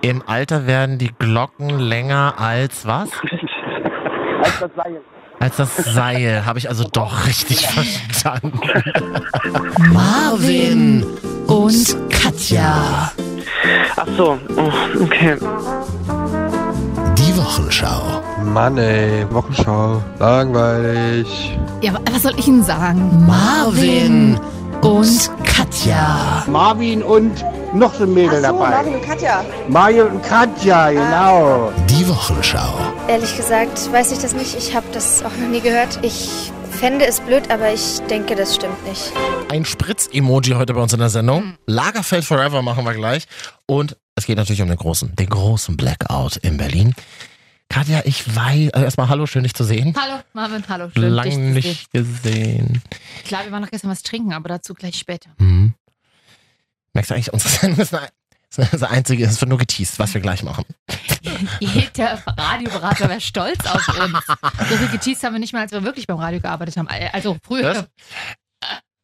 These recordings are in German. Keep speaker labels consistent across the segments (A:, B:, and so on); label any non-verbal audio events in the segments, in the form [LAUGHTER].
A: Im Alter werden die Glocken länger als was?
B: [LAUGHS] Als das Seil.
A: Als das Seil. Habe ich also doch richtig verstanden.
C: Marvin und Katja.
B: Ach so, oh, okay.
D: Die Wochenschau.
E: Mann ey, Wochenschau. Langweilig.
C: Ja, wa- was soll ich Ihnen sagen? Marvin und Katja.
F: Marvin und noch so ein Mädel
G: Ach so,
F: dabei.
G: Marvin und Katja.
F: Mario und Katja, genau.
D: Die Wochenschau.
H: Ehrlich gesagt weiß ich das nicht. Ich habe das auch noch nie gehört. Ich fände es blöd, aber ich denke, das stimmt nicht.
A: Ein Spritz-Emoji heute bei uns in der Sendung. Lagerfeld Forever machen wir gleich. Und es geht natürlich um den großen, den großen Blackout in Berlin. Katja, ich weiß, also erstmal hallo, schön dich zu sehen.
C: Hallo, Marvin, hallo. Schön, dich
A: Lange
C: zu
A: nicht gesehen.
C: sehen. Klar, wir waren noch gestern was trinken, aber dazu gleich später.
A: Hm. Merkst du eigentlich, unsere [LAUGHS] Sendung ist eine, ist eine einzige, es wird nur geteased, was wir gleich machen.
C: Jeder Radioberater wäre stolz auf uns. So viel geteased haben wir nicht mal, als wir wirklich beim Radio gearbeitet haben. Also früher.
A: Was?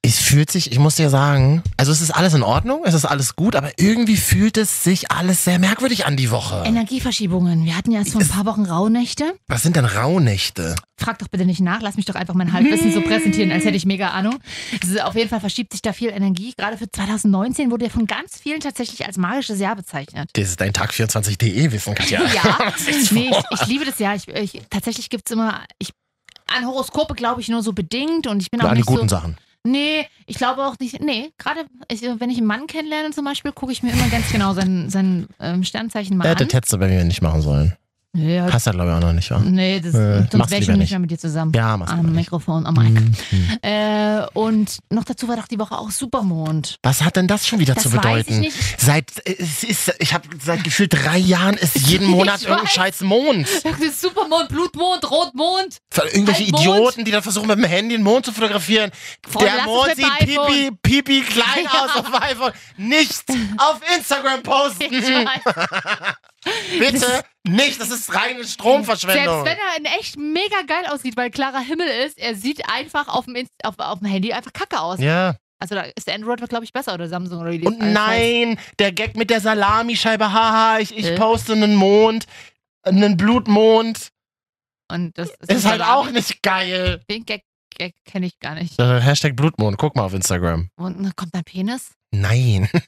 A: Es fühlt sich, ich muss dir sagen, also es ist alles in Ordnung, es ist alles gut, aber irgendwie fühlt es sich alles sehr merkwürdig an die Woche.
C: Energieverschiebungen. Wir hatten ja erst vor ein paar Wochen Rauhnächte.
A: Was sind denn Rauhnächte?
C: Frag doch bitte nicht nach, lass mich doch einfach mein Halbwissen so präsentieren, als hätte ich mega Ahnung. Es ist, auf jeden Fall verschiebt sich da viel Energie. Gerade für 2019 wurde ja von ganz vielen tatsächlich als magisches Jahr bezeichnet.
A: Das ist dein Tag24.de Wissen, Katja. [LAUGHS]
C: Ja, nee, ich, ich liebe das Jahr. Ich, ich, tatsächlich gibt es immer, ich, an Horoskope glaube ich nur so bedingt und ich bin auch
A: An die
C: nicht so.
A: guten Sachen.
C: Nee, ich glaube auch nicht. Nee, gerade ich, wenn ich einen Mann kennenlerne zum Beispiel, gucke ich mir immer ganz genau sein, sein ähm, Sternzeichen mal
A: Äh, das
C: an. halt
A: hättest du bei mir nicht machen sollen.
C: Ja,
A: Hast du, glaube ich, auch noch nicht, wa?
C: nee, das,
A: Äh, mach's
C: sonst wäre ich
A: lieber
C: schon
A: nicht.
C: nicht mehr mit dir zusammen.
A: Ja, machst du
C: am
A: aber nicht.
C: Mikrofon, am Mic.
A: Mhm.
C: Äh, und noch dazu war doch die Woche auch [LAUGHS] Supermond.
A: Was hat denn das schon wieder
C: Das
A: zu
C: weiß ich
A: bedeuten?
C: nicht.
A: Seit es ist, ich habe seit gefühlt drei Jahren
C: [LAUGHS]
A: ist jeden Monat
C: weiß.
A: irgendein scheiß Mond.
C: Supermond, Blutmond, Rotmond. [LAUGHS]
A: Für irgendwelche
C: Halbmond.
A: Idioten, die dann versuchen, mit dem Handy den Mond zu fotografieren.
C: Freunde,
A: Der
C: lass
A: Mond
C: es mit
A: sieht
C: dem iPhone.
A: pipi, pipi klein
C: Ja.
A: aus auf dem iPhone. Nicht auf Instagram
C: Ich [LAUGHS]
A: posten.
C: weiß.
A: Bitte nicht. Das ist reine
C: Selbst
A: Stromverschwendung.
C: wenn er in echt mega geil aussieht, weil klarer Himmel ist, er sieht einfach auf dem, Inst auf, auf dem Handy einfach kacke aus.
A: Ja.
C: Also da ist der Android, glaube ich, besser oder Samsung oder wie die
A: Und
C: alles heißt.
A: nein, der Gag mit der Salamischeibe. Haha, ich, ich
C: Äh.
A: poste einen Mond, einen Blutmond.
C: Und das ist,
A: Ist halt
C: Salami.
A: auch nicht geil.
C: Den Gag, Gag kenne ich gar nicht.
A: Äh, Hashtag Blutmond. Guck mal auf Instagram.
C: Und dann kommt ein Penis?
A: Nein. [LAUGHS]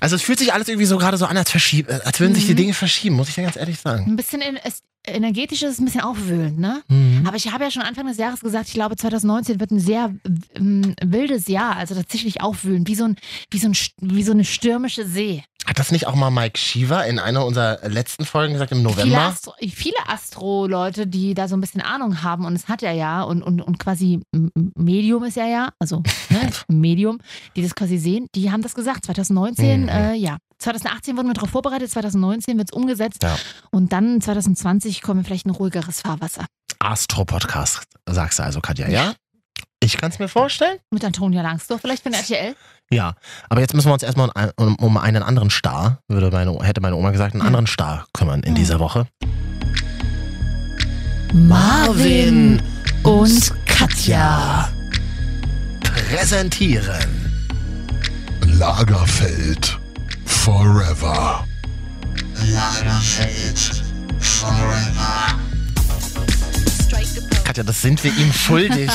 A: Also es fühlt sich alles irgendwie so gerade so an, als, verschieb, äh, als würden sich die
C: Mhm.
A: Dinge verschieben, muss ich dir ganz ehrlich sagen.
C: Ein bisschen en- es- energetisch ist es ein bisschen aufwühlend, ne?
A: Mhm.
C: Aber ich habe ja schon Anfang des Jahres gesagt, ich glaube, 2019 wird ein sehr ähm, wildes Jahr, also tatsächlich aufwühlen, wie so, ein, wie, so ein, St- wie so eine stürmische See.
A: Hat das nicht auch mal Mike Shiva in einer unserer letzten Folgen gesagt, im
C: Viele,
A: November?
C: Astro, viele Astro-Leute, die da so ein bisschen Ahnung haben, und es hat er ja, und, und, und quasi M- M- Medium ist er ja,
A: [LAUGHS]
C: also ne, Medium, die das quasi sehen, die haben das gesagt. 2019,
A: Mhm.
C: äh, ja. 2018 wurden wir darauf vorbereitet, 2019 wird es umgesetzt.
A: Ja.
C: Und dann 2020 kommen wir vielleicht in ein ruhigeres Fahrwasser.
A: Astro-Podcast, sagst du also, Katja, ja? Ich kann es mir vorstellen.
C: Mit Antonia Langsdorf, vielleicht von RTL.
A: Ja, aber jetzt müssen wir uns erstmal um, ein- um, um einen anderen Star, würde meine, hätte meine Oma gesagt, einen
C: Mhm.
A: anderen Star kümmern in
C: Mhm.
A: dieser Woche.
C: Marvin und Katja.
A: Präsentieren.
D: Lagerfeld Forever.
A: Katja, das sind wir
C: [LAUGHS]
A: ihm schuldig.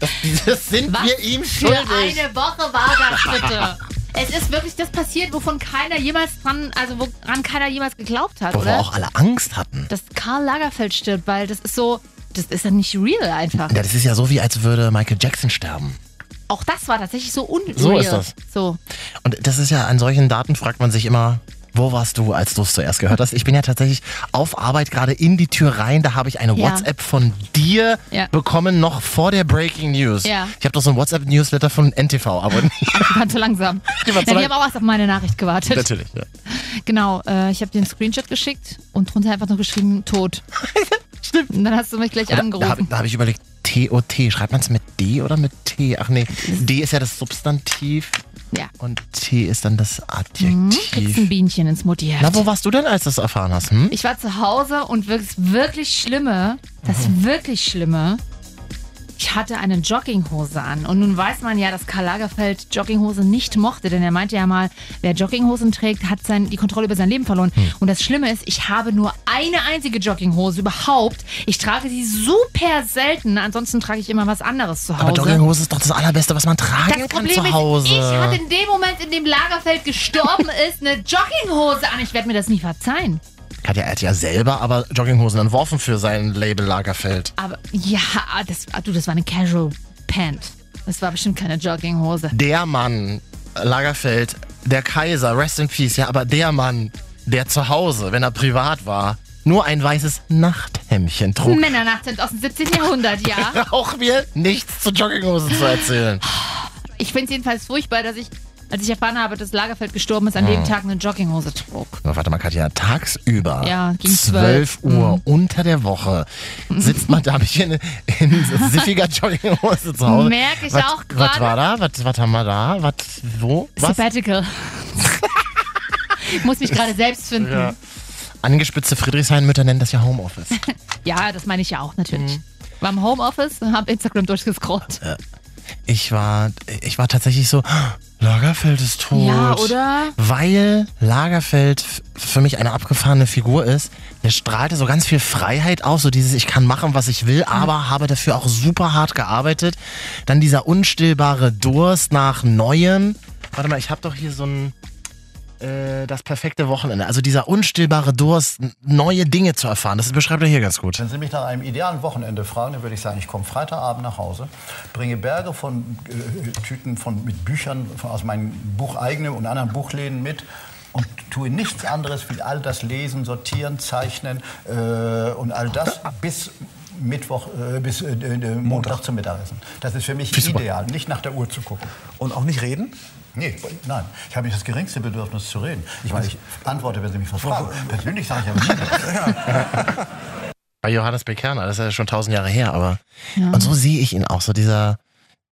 A: Das, das sind
C: Was
A: wir ihm
C: Für
A: schuldig.
C: eine Woche war das bitte. Es ist wirklich das passiert, wovon keiner jemals dran, also woran keiner jemals geglaubt hat,
A: Wo wir
C: oder?
A: auch alle Angst hatten.
C: Dass Karl Lagerfeld stirbt, weil das ist so, das ist ja nicht real einfach.
A: Ja, das ist ja so, wie als würde Michael Jackson sterben.
C: Auch das war tatsächlich so unreal.
A: So ist das.
C: So.
A: Und das ist ja, an solchen Daten fragt man sich immer, wo warst du, als du es zuerst gehört hast? Ich bin ja tatsächlich auf Arbeit gerade in die Tür rein. Da habe ich eine
C: Ja.
A: WhatsApp von dir
C: Ja.
A: bekommen, noch vor der Breaking News.
C: Ja.
A: Ich habe doch so einen WhatsApp-Newsletter von NTV
C: [LAUGHS]
A: abonniert.
C: Die waren zu langsam.
A: [LAUGHS] Die waren zu
C: ja,
A: lang-
C: die haben auch erst auf meine Nachricht gewartet.
A: Natürlich. Ja.
C: Genau, äh, ich habe dir einen Screenshot geschickt und drunter einfach noch
A: [LAUGHS]
C: geschrieben, tot. Stimmt. Und dann hast du mich gleich
A: Und Da, da habe
C: angerufen.
A: ich- da habe ich überlegt, TOT, schreibt man es mit D oder mit T? Ach nee, D ist ja das Substantiv
C: ja.
A: und T ist dann das
C: Hm, kriegst ein
A: Adjektiv.
C: Bienchen ins Mutti.
A: Na, wo warst du denn, als du es erfahren hast? Hm?
C: Ich
A: Mhm.
C: war zu Hause und wirklich, wirklich Schlimme, das wirklich Schlimme. Ich hatte eine Jogginghose an. Und nun weiß man ja, dass Karl Lagerfeld Jogginghose nicht mochte, denn er meinte ja mal, wer Jogginghosen trägt, hat sein, die Kontrolle über sein Leben verloren.
A: Hm.
C: Und das Schlimme ist, ich habe nur eine einzige Jogginghose überhaupt. Ich trage sie super selten, ansonsten trage ich immer was anderes zu Hause.
A: Aber Jogginghose ist doch das Allerbeste, was man tragen kann
C: das Problem
A: zu Hause.
C: ist, ich hatte in dem Moment, in dem Lagerfeld gestorben [LAUGHS] ist, eine Jogginghose an. Ich werde mir das nie verzeihen.
A: Katja, er hat ja selber aber Jogginghosen entworfen für sein Label Lagerfeld.
C: Aber ja, das, ah, du, das war eine Casual Pant. Das war bestimmt keine Jogginghose.
A: Der Mann, äh, Lagerfeld, der Kaiser, rest in peace, ja, aber der Mann, der zu Hause, wenn er privat war, nur ein weißes Nachthemdchen trug.
C: Männernacht sind aus dem 17. Jahrhundert, ja.
A: [LAUGHS] Auch mir nichts zu Jogginghosen zu erzählen.
C: Ich finde es jedenfalls furchtbar, dass ich, als ich erfahren habe, dass Lagerfeld gestorben ist, an
A: Ah.
C: dem Tag eine Jogginghose trug.
A: Aber warte mal, Katja, tagsüber,
C: Ja, gegen Mhm.
A: 12
C: 12
A: Uhr, unter der Woche, sitzt man da mich in, in siffiger Jogginghose zu Hause.
C: Merk ich
A: was,
C: auch
A: Was
C: gerade.
A: war da? Was, was haben wir da? Was, wo? Was? [LAUGHS]
C: Sabbatical. ich muss mich gerade selbst finden. Ja.
A: Angespitzte Friedrichshain-Mütter nennen das ja Homeoffice.
C: das meine ich ja auch natürlich.
A: Mhm.
C: War im Homeoffice und habe Instagram durchgescrollt.
A: Ich war, ich war tatsächlich so, Lagerfeld ist tot.
C: Ja, oder?
A: Weil Lagerfeld f- für mich eine abgefahrene Figur ist. Der strahlte so ganz viel Freiheit aus, so dieses, ich kann machen, was ich
C: Hm.
A: will, aber habe dafür auch super hart gearbeitet. Dann dieser unstillbare Durst nach Neuem. Warte mal, ich habe doch hier so ein äh, das perfekte Wochenende. Also dieser unstillbare Durst, n- neue Dinge zu erfahren. Das beschreibt er hier ganz gut.
G: Wenn Sie mich nach einem idealen Wochenende fragen, dann würde ich sagen, ich komme Freitagabend nach Hause, bringe Berge von äh, Tüten von, mit Büchern von, aus meinen bucheigenen und anderen Buchläden mit und tue nichts anderes wie all das Lesen, Sortieren, Zeichnen äh, und all das bis Mittwoch, äh, bis äh, äh, Montag zum Mittagessen. Das ist für mich ideal, nicht nach der Uhr zu gucken.
I: Und auch nicht reden?
G: Nee, nein, ich habe nicht das geringste Bedürfnis zu reden. Ich meine, ich antworte, wenn Sie mich was fragen. Persönlich sage ich aber nie was.
A: bei Johannes Bekerner, das ist ja schon tausend Jahre her, aber und so sehe ich ihn auch, so dieser,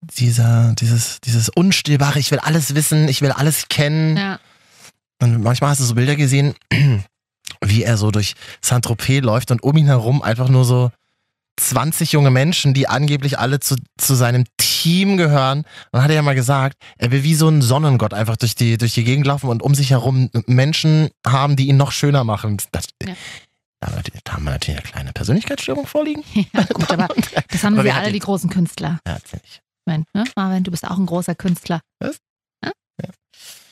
A: dieser, dieses, dieses unstillbare, ich will alles wissen, ich will alles kennen.
C: Ja. [LAUGHS]
A: Und manchmal hast du so Bilder gesehen, [CLEARS THROAT] wie er so durch Saint-Tropez läuft und um ihn herum einfach nur so 20 junge Menschen, die angeblich alle zu, zu seinem Team gehören. Und dann hat er ja mal gesagt, er will wie so ein Sonnengott einfach durch die, durch die Gegend laufen und um sich herum Menschen haben, die ihn noch schöner machen. Das,
C: Ja.
A: da, haben wir- da haben wir natürlich eine kleine Persönlichkeitsstörung vorliegen.
C: ja,
A: [LAUGHS]
C: gut, aber das haben
A: Aber
C: sie
A: wer hat
C: alle,
A: ihn-
C: die großen Künstler.
A: Ja, ziemlich.
C: Moment, ne? Marvin, du bist auch ein großer Künstler.
A: Was?
C: Ja?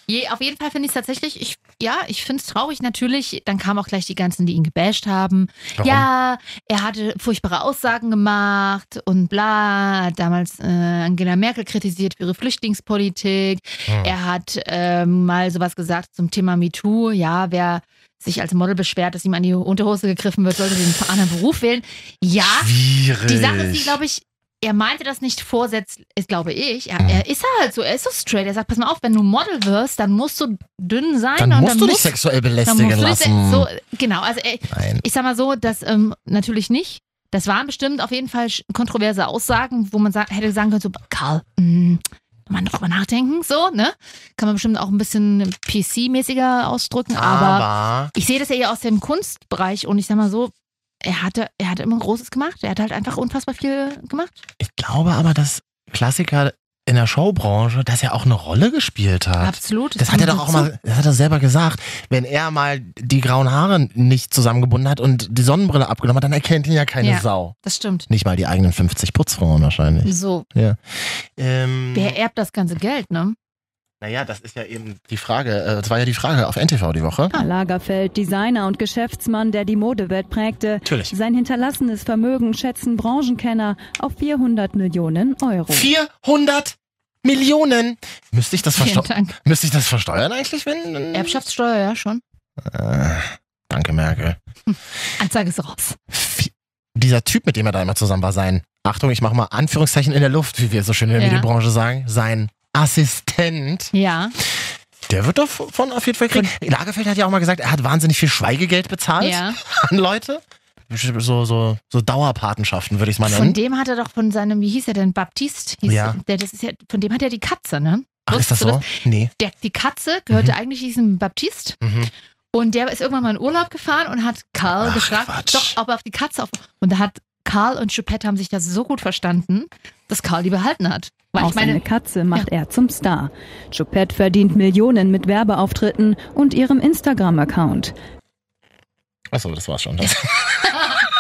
C: Je, auf jeden Fall finde ich es tatsächlich, ich, ja, ich finde es traurig natürlich. Dann kamen auch gleich die ganzen, die ihn gebasht haben.
A: Warum?
C: Ja, er hatte furchtbare Aussagen gemacht und bla, hat damals äh, Angela Merkel kritisiert für ihre Flüchtlingspolitik.
A: Hm.
C: Er hat ähm, mal sowas gesagt zum Thema MeToo. Ja, wer sich als Model beschwert, dass ihm an die Unterhose gegriffen wird, sollte den anderen Beruf wählen. Ja,
A: Schwierig.
C: die Sache ist, die, glaube ich, er meinte das nicht vorsätzlich, ist, glaube ich. Er,
A: Mhm.
C: er ist halt so, er ist so straight. Er sagt, pass mal auf, wenn du Model wirst, dann musst du dünn sein.
A: dann
C: und
A: musst
C: dann
A: du dich
C: musst,
A: sexuell
C: dann
A: belästigen
C: musst du dich
A: lassen.
C: so, Genau, also er,
A: Nein.
C: ich sag mal so, dass ähm, natürlich nicht. Das waren bestimmt auf jeden Fall sch- kontroverse Aussagen, wo man sa- hätte sagen können, so, Karl, mh, mal drüber nachdenken, so, ne? Kann man bestimmt auch ein bisschen PC-mäßiger ausdrücken, aber
A: Aber
C: ich sehe das ja eher aus dem Kunstbereich und ich sag mal so, er hatte, er hatte immer Großes gemacht. Er hat halt einfach unfassbar viel gemacht.
A: ich glaube aber, dass Klassiker in der Showbranche, dass er auch eine Rolle gespielt hat.
C: Absolut.
A: Das hat er doch auch
C: kommt dazu.
A: mal, das hat er selber gesagt. Wenn er mal die grauen Haare nicht zusammengebunden hat und die Sonnenbrille abgenommen hat, dann erkennt ihn ja keine
C: Ja.
A: Sau.
C: Das stimmt.
A: Nicht mal die eigenen 50 Putzfrauen wahrscheinlich.
C: So,
A: Ähm,
C: wer erbt das ganze Geld, ne?
A: naja, das ist ja eben die Frage. äh, Das war ja die Frage auf NTV die Woche.
J: Karl Lagerfeld, Designer und Geschäftsmann, der die Modewelt prägte.
A: Natürlich.
J: Sein hinterlassenes Vermögen schätzen Branchenkenner auf 400 Millionen Euro.
A: 400 Millionen! Müsste ich das,
C: Vielen
A: versteu
C: Dank.
A: müsste ich das versteuern eigentlich, wenn?
C: Erbschaftssteuer, ja schon.
A: Äh, danke, Merkel.
C: Anzeige ist raus.
A: Wie- dieser Typ, mit dem er da immer zusammen war, sein, Achtung, ich mache mal Anführungszeichen in der Luft, wie wir so schön in der
C: Ja.
A: Medienbranche sagen, sein Assistent,
C: Ja,
A: der wird davon auf jeden Fall kriegen. Lagerfeld hat ja auch mal gesagt, er hat wahnsinnig viel Schweigegeld bezahlt
C: ja.
A: [LAUGHS] an Leute. So, so, so Dauerpatenschaften würde ich es mal
C: Von
A: nennen.
C: dem hat er doch von seinem, wie hieß er denn, Baptiste? Hieß
A: Ja.
C: der, das ist ja, von dem hat er die Katze, ne?
A: Ach, ist das
C: Wusstest
A: so?
C: du
A: Nee.
C: Der, die Katze gehörte eigentlich diesem Baptiste.
A: Mhm.
C: Und der ist irgendwann mal in Urlaub gefahren und hat Karl
A: Ach,
C: gefragt,
A: Quatsch.
C: doch, ob er auf die Katze auf. Und da hat Karl und Choupette haben sich das so gut verstanden, dass Karl die behalten hat. Weil
J: Auch
C: ich meine,
J: seine Katze macht er zum Star. Choupette verdient Millionen mit Werbeauftritten und ihrem Instagram-Account.
A: Achso, das war's schon. Das.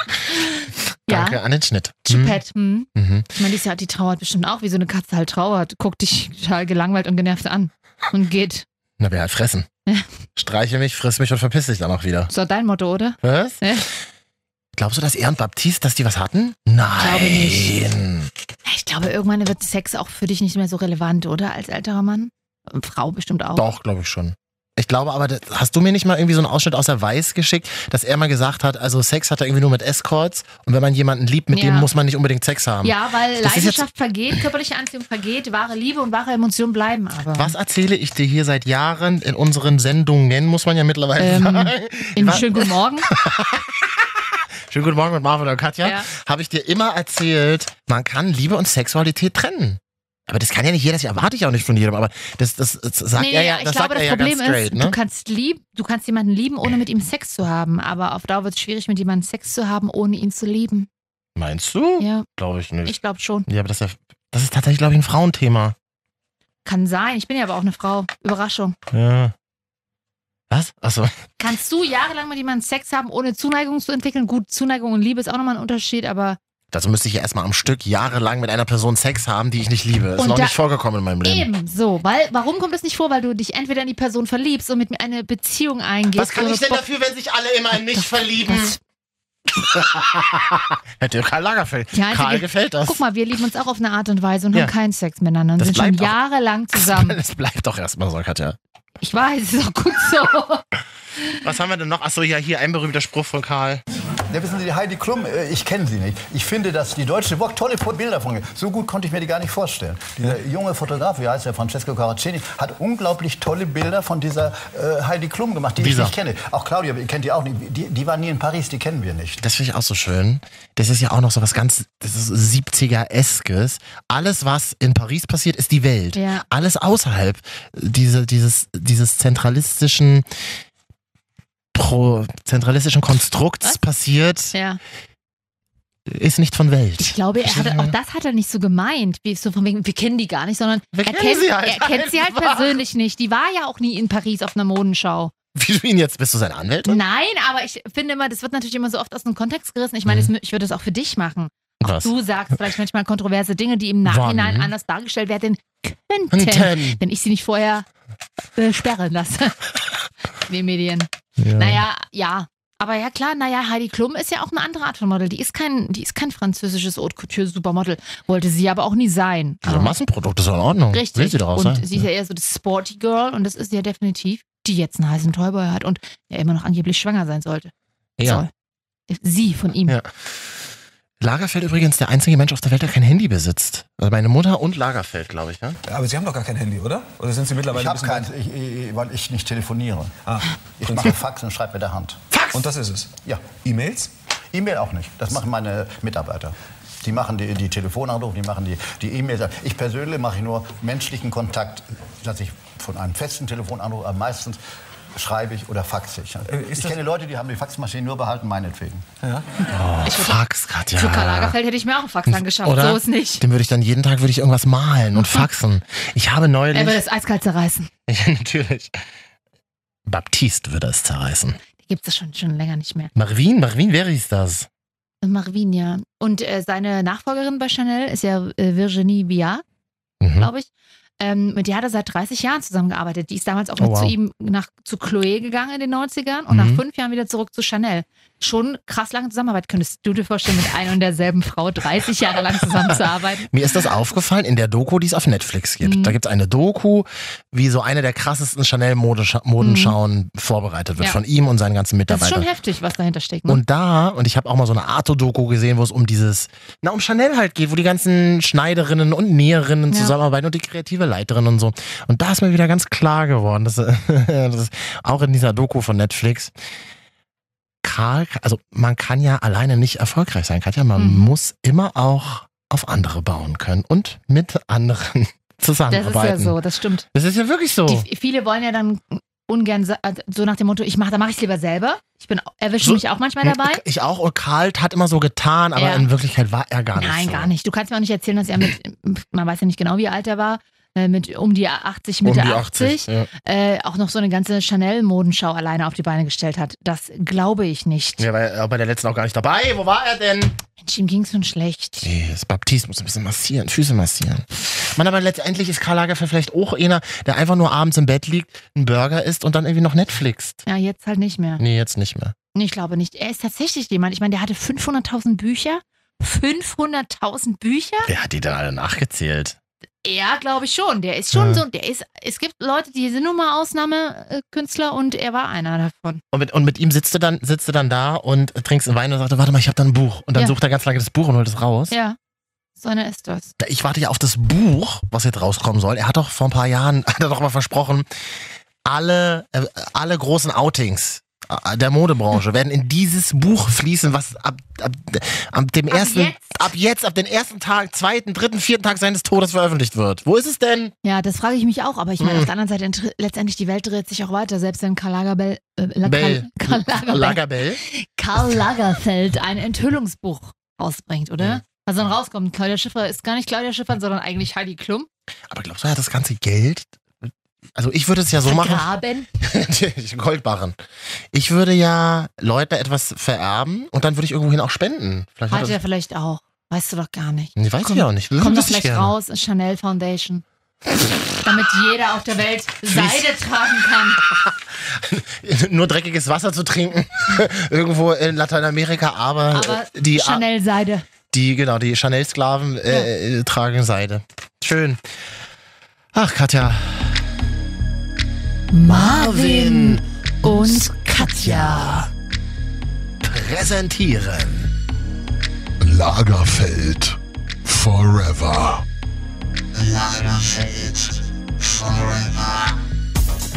C: ja,
A: [LAUGHS] Danke an den Schnitt.
C: Choupette, hm.
A: Hm, Mhm.
C: Ich meine, die, ist ja, die trauert bestimmt auch, wie so eine Katze halt trauert. Guckt dich total gelangweilt und genervt an und geht.
A: Na, wer halt fressen. Streiche mich, friss mich und verpiss dich dann auch wieder.
C: Das war dein Motto, oder?
A: Was?
C: Ja.
A: Glaubst du, dass er und Baptiste, dass die was hatten? Nein.
C: Glaube nicht. Ich glaube, irgendwann wird Sex auch für dich nicht mehr so relevant, oder? Als älterer Mann? Und Frau bestimmt auch.
A: Doch, glaube ich schon. Ich glaube aber, das- hast du mir nicht mal irgendwie so einen Ausschnitt aus der Weiß geschickt, dass er mal gesagt hat, also Sex hat er irgendwie nur mit Escorts und wenn man jemanden liebt, mit
C: Ja.
A: dem muss man nicht unbedingt Sex haben.
C: Ja, weil
A: Das ist jetzt-
C: Leidenschaft vergeht, körperliche Anziehung vergeht, wahre Liebe und wahre Emotionen bleiben aber.
A: Was erzähle ich dir hier seit Jahren in unseren Sendungen, muss man ja mittlerweile
C: Ähm,
A: sagen.
C: In
A: Wa-
C: schönen
A: [LAUGHS]
C: guten Morgen.
A: Schönen guten Morgen mit Marvin und Katja.
C: Ja.
A: Habe ich dir immer erzählt, man kann Liebe und Sexualität trennen. Aber das kann ja nicht jeder, das erwarte ich auch nicht von jedem, aber das, das, das sagt
C: Nee,
A: er ja,
C: ich
A: das sagt er
C: glaube, das
A: ja
C: Problem
A: ganz straight,
C: ist,
A: ne?
C: du, kannst lieb, du kannst jemanden lieben, ohne mit ihm Sex zu haben. Aber auf Dauer wird es schwierig, mit jemandem Sex zu haben, ohne ihn zu lieben.
A: Meinst du?
C: Ja,
A: Glaube ich nicht.
C: ich glaube schon.
A: ja, aber das ist, ja- das ist tatsächlich, glaube ich, ein Frauenthema.
C: Kann sein. Ich bin ja aber auch eine Frau. Überraschung.
A: Ja. Was? Achso.
C: Kannst du jahrelang mit jemandem Sex haben, ohne Zuneigung zu entwickeln? Gut, Zuneigung und Liebe ist auch nochmal ein Unterschied, aber
A: Dazu müsste ich ja erstmal am Stück jahrelang mit einer Person Sex haben, die ich nicht liebe. Ist
C: Und
A: noch
C: da-
A: nicht vorgekommen in meinem Leben.
C: eben so. Weil, warum kommt das nicht vor? Weil du dich entweder in die Person verliebst und mit mir eine Beziehung eingehst.
A: Was kann
C: oder
A: ich denn
C: Bo-
A: dafür, wenn sich alle immer in mich verlieben?
C: Das-
A: Hätte Karl Lagerfeld.
C: Ja, also
A: Karl
C: wir-
A: gefällt das.
C: Guck mal, wir lieben uns auch auf eine Art und Weise und
A: Ja.
C: haben keinen Sex miteinander und
A: Das
C: sind schon
A: bleibt auch- [LAUGHS]
C: jahrelang zusammen.
A: Das bleibt doch erstmal so, Katja.
C: Ich weiß, es ist auch gut so.
A: [LAUGHS] Was haben wir denn noch? Achso, ja, hier ein berühmter Spruch von Karl.
G: Ja, wissen Sie, die Heidi Klum, äh, ich kenne sie nicht. Ich finde, dass die deutsche Vogue tolle Bilder davon gibt. So gut konnte ich mir die gar nicht vorstellen. Dieser junge Fotograf, wie heißt der, Francesco Caracini, hat unglaublich tolle Bilder von dieser äh, Heidi Klum gemacht, die
A: Dieser.
G: ich nicht kenne. Auch Claudia ihr kennt die auch nicht. Die, die war nie in Paris, die kennen wir nicht.
A: Das finde ich auch so schön. Das ist ja auch noch so was ganz, das ist 70er-eskes. Alles, was in Paris passiert, ist die Welt.
C: Ja.
A: Alles außerhalb diese, dieses, dieses zentralistischen, pro, zentralistischen Konstrukts
C: Was?
A: passiert,
C: Ja.
A: ist nicht von Welt.
C: Ich glaube, er
A: Verstehst
C: hat,
A: du?
C: auch das hat er nicht so gemeint, wie so von wegen, wir kennen die gar nicht, sondern
A: Wir
C: er
A: kennen
C: kennt
A: sie halt
C: er kennt sie halt
A: einfach.
C: persönlich nicht. Die war ja auch nie in Paris auf einer Modenschau.
A: Wie du ihn jetzt, bist du sein Anwältin?
C: Nein, aber ich finde immer, das wird natürlich immer so oft aus dem Kontext gerissen. Ich meine,
A: Mhm.
C: das- ich würde das auch für dich machen. Auch
A: Was?
C: du sagst vielleicht manchmal kontroverse Dinge, die im Nachhinein
A: Wann? Mhm.
C: anders dargestellt werden könnten,
A: Ten.
C: wenn ich sie nicht vorher äh,
A: [LAUGHS]
C: sperren lasse. In den Medien.
A: Ja.
C: Naja, ja. Aber ja klar, naja, Heidi Klum ist ja auch eine andere Art von Model. Die ist kein, die ist kein französisches Haute Couture Supermodel. Wollte sie aber auch nie sein.
A: Also
C: Aber-
A: Massenprodukt ist doch in Ordnung.
C: oh. richtig.
A: Will sie doch auch
C: und
A: sein.
C: sie ist ja eher so das Sporty Girl und das ist ja definitiv, die jetzt einen heißen Toyboy hat und ja immer noch angeblich schwanger sein sollte.
A: ja.
C: Soll. Sie von ihm.
A: Ja. Lagerfeld übrigens der einzige Mensch auf der Welt, der kein Handy besitzt. Also meine Mutter und Lagerfeld, glaube ich. ne? Ja?
I: Aber Sie haben doch gar kein Handy, oder? Oder sind Sie mittlerweile
G: Ich
I: ein
G: habe
I: bisschen
G: keins, ich, ich, weil ich nicht telefoniere.
I: Ah.
G: Ich mache Fax und schreibe mit der Hand.
I: weit- Und das ist es.
G: Ja.
I: E-Mails?
G: E-Mail auch nicht. Das machen meine Mitarbeiter. Die machen die, die Telefonanrufe, die machen die, die E-Mails. Ich persönlich mache nur menschlichen Kontakt, dass ich von einem festen Telefon anrufe, aber meistens schreibe ich oder faxe
K: Äh,
G: ich. Ich
I: das-
G: kenne Leute, die haben die Faxmaschine nur behalten, meinetwegen.
C: Ich würde-
A: Fax,
C: Für Karl
A: Oh, Katja.
C: Lagerfeld hätte ich mir auch einen Fax angeschafft.
A: Oder?
C: So ist nicht.
A: Dem würde ich dann jeden Tag würde ich irgendwas malen und faxen. Ich habe
C: Er würde
A: neulich.
C: es eiskalt zerreißen.
A: [LAUGHS] Ja, natürlich. Baptiste würde es zerreißen.
C: Die gibt es schon, schon länger nicht mehr.
A: Marvin, Marvin wäre es das.
C: Marvin, ja. Und äh, seine Nachfolgerin bei Chanel ist ja äh, Virginie Viard,
A: Mhm.
C: glaube ich. Ähm, mit der hat er seit 30 Jahren zusammengearbeitet. Die ist damals auch
A: Oh,
C: mit zu
A: wow.
C: ihm nach zu Chloé gegangen in den 90ern und
A: Mhm.
C: nach fünf Jahren wieder zurück zu Chanel. Schon krass lange Zusammenarbeit. Könntest du dir vorstellen, mit einer und derselben Frau 30 Jahre lang zusammenzuarbeiten?
A: Mir ist das aufgefallen in der Doku, die es auf Netflix gibt.
C: Mhm.
A: Da gibt es eine Doku, wie so eine der krassesten Chanel-Modenschauen vorbereitet wird
C: Mhm. Ja.
A: von ihm und seinen ganzen
C: Das ist
A: Mitarbeitern.
C: schon heftig, was dahinter steckt. Ne?
A: Und da, und ich habe auch mal so eine Arto-Doku gesehen, wo es um dieses, na, um Chanel halt geht, wo die ganzen Schneiderinnen und Näherinnen
C: Ja.
A: zusammenarbeiten und die kreative Leiterin und so. Und da ist mir wieder ganz klar geworden, dass, [LAUGHS] äh, das ist auch in dieser Doku von Netflix, Karl, also man kann ja alleine nicht erfolgreich sein, Katja, man
C: Mhm.
A: muss immer auch auf andere bauen können und mit anderen [LAUGHS]
C: das ist ja
A: zusammenarbeiten.
C: so, das stimmt.
A: Das ist ja wirklich so.
C: Die, viele wollen ja dann ungern sa- äh, so nach dem Motto, ich mach, da mache ich es lieber selber. Ich bin, erwische mich auch manchmal dabei.
A: Hm, Ich auch. Und Karl hat immer so getan, aber
C: Ja.
A: in Wirklichkeit war er gar nicht
C: Nein,
A: so.
C: gar nicht. Du kannst mir auch nicht erzählen, dass er mit, man weiß ja nicht genau, wie alt er war, äh, mit um die 80, Mitte
A: um die 80.
C: 80,
A: Ja.
C: äh, auch noch so eine ganze Chanel-Modenschau alleine auf die Beine gestellt hat. Das glaube ich nicht.
A: Ja, war er bei Hm. der letzten auch gar nicht dabei. Wo war er denn?
C: Mensch, ihm ging es schon schlecht.
A: Jeez, Baptiste muss ein bisschen massieren, Füße massieren. Man, aber letztendlich ist Karl Lagerfeld vielleicht auch einer, der einfach nur abends im Bett liegt, einen Burger isst und dann irgendwie noch Netflixt.
C: Ja, jetzt halt nicht mehr.
A: Nee, jetzt nicht mehr.
C: Nee, ich glaube nicht. Er ist tatsächlich jemand. Ich meine, der hatte 500.000 Bücher. 500.000 Bücher?
A: Wer hat die denn alle nachgezählt?
C: Er glaube ich schon. Der ist schon
A: Ja.
C: so. Der ist. Es gibt Leute, die sind nun mal Ausnahmekünstler und er war einer davon.
A: Und mit, und mit ihm sitzt du, dann, sitzt du dann da und trinkst einen Wein und sagst, warte mal, ich habe da ein Buch. Und dann
C: Ja.
A: sucht er ganz lange das Buch und holt es raus.
C: Ja. So einer ist das.
A: Ich warte ja auf das Buch, was jetzt rauskommen soll. Er hat doch vor ein paar Jahren, [LAUGHS] hat er doch mal versprochen, alle, äh, alle großen Outings äh, der Modebranche werden in dieses Buch fließen, was ab, ab, ab dem
C: Ab
A: ersten,
C: jetzt?
A: ab jetzt, ab den ersten Tag, zweiten, dritten, vierten Tag seines Todes veröffentlicht wird. Wo ist es denn?
C: Ja, das frage ich mich auch. Aber ich meine,
A: Hm.
C: auf der anderen Seite, inter- letztendlich, die Welt dreht sich auch weiter. Selbst wenn Karl Lagerbell, äh, [LAUGHS] La-
A: Bell.
C: Karl, Karl, Lagerbell,
A: Lagerbell?
C: Karl Lagerfeld ein Enthüllungsbuch rausbringt, oder? Was dann rauskommt. Claudia Schiffer ist gar nicht Claudia Schiffer, sondern eigentlich Heidi Klum.
A: Aber glaubst du, er hat das ganze Geld? Also ich würde es ja so machen.
C: Vergraben.
A: [LAUGHS] Goldbarren. Ich würde ja Leute etwas vererben und dann würde ich irgendwohin auch spenden. Vielleicht
C: Hat er
A: er,
C: vielleicht auch. Weißt du doch gar nicht.
A: nee, weiß ich auch nicht. Wissen
C: Kommt doch
A: wüsste ich
C: vielleicht
A: gerne.
C: raus, Chanel Foundation. Damit jeder auf der Welt Seide tragen kann.
A: [LAUGHS] Nur dreckiges Wasser zu trinken [LAUGHS] irgendwo in Lateinamerika, aber,
C: Aber
A: äh, die,
C: Chanel Seide.
A: die genau die Chanel Sklaven äh, äh, tragen Seide. Schön. Ach Katja. Marvin
C: und Katja.
A: präsentieren.
D: Lagerfeld Forever.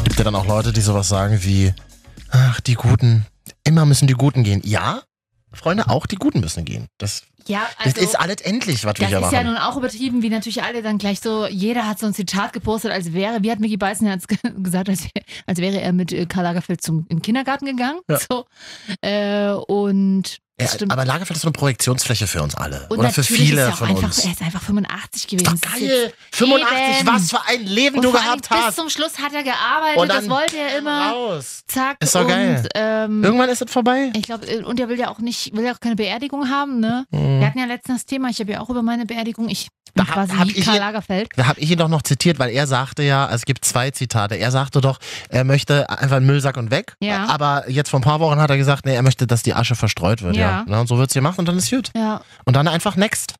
A: Gibt ja dann auch Leute, die sowas sagen wie, ach, die Guten, immer müssen die Guten gehen. Ja, Freunde, auch die Guten müssen gehen. Das,
C: Ja,
A: das
C: also.
A: ist alles endlich, was wir
C: das
A: hier
C: ist ja
A: machen.
C: nun auch übertrieben, wie natürlich alle dann gleich so, jeder hat so ein Zitat gepostet, als wäre, wie hat Mickey Beißen jetzt [LAUGHS] ge- gesagt, als, wär- als wäre er mit äh, Karl Lagerfeld zum, in den Kindergarten gegangen.
A: Ja.
C: So. Äh, und
A: Ja,
C: das stimmt.
A: aber Lagerfeld ist so eine Projektionsfläche für uns alle.
C: und
A: Oder für
C: natürlich ist
A: viele
C: er auch
A: von
C: einfach,
A: uns.
C: Er ist einfach 85 gewesen.
A: Doch
C: Das ist
A: geil.
C: jetzt-
A: 85,
C: Eben.
A: was für ein Leben
C: Und
A: du
C: vor allen
A: gehabt
C: Dingen Bis
A: hast.
C: zum Schluss hat er gearbeitet,
A: Und
C: das
A: dann
C: wollte er immer.
A: Raus.
C: Zack.
A: Ist doch
C: und,
A: geil.
C: Ähm,
A: Irgendwann ist es vorbei.
C: ich glaube, und er will ja auch nicht, will ja auch keine Beerdigung haben, ne?
A: Hm.
C: Wir hatten ja letztens das Thema, ich habe ja auch über meine Beerdigung, ich bin
A: Mhm. Da hab-
C: quasi
A: hab
C: wie
A: ich
C: Karl
A: ihn-
C: Lagerfeld.
A: Da habe ich ihn doch noch zitiert, weil er sagte ja, es gibt zwei Zitate. Er sagte doch, er möchte einfach einen Müllsack und weg.
C: Ja.
A: Aber jetzt vor ein paar Wochen hat er gesagt, nee, er möchte, dass die Asche verstreut wird. Ja.
C: Ja.
A: Na, Und so wird's gemacht und dann ist gut.
C: Ja.
A: Und dann einfach next.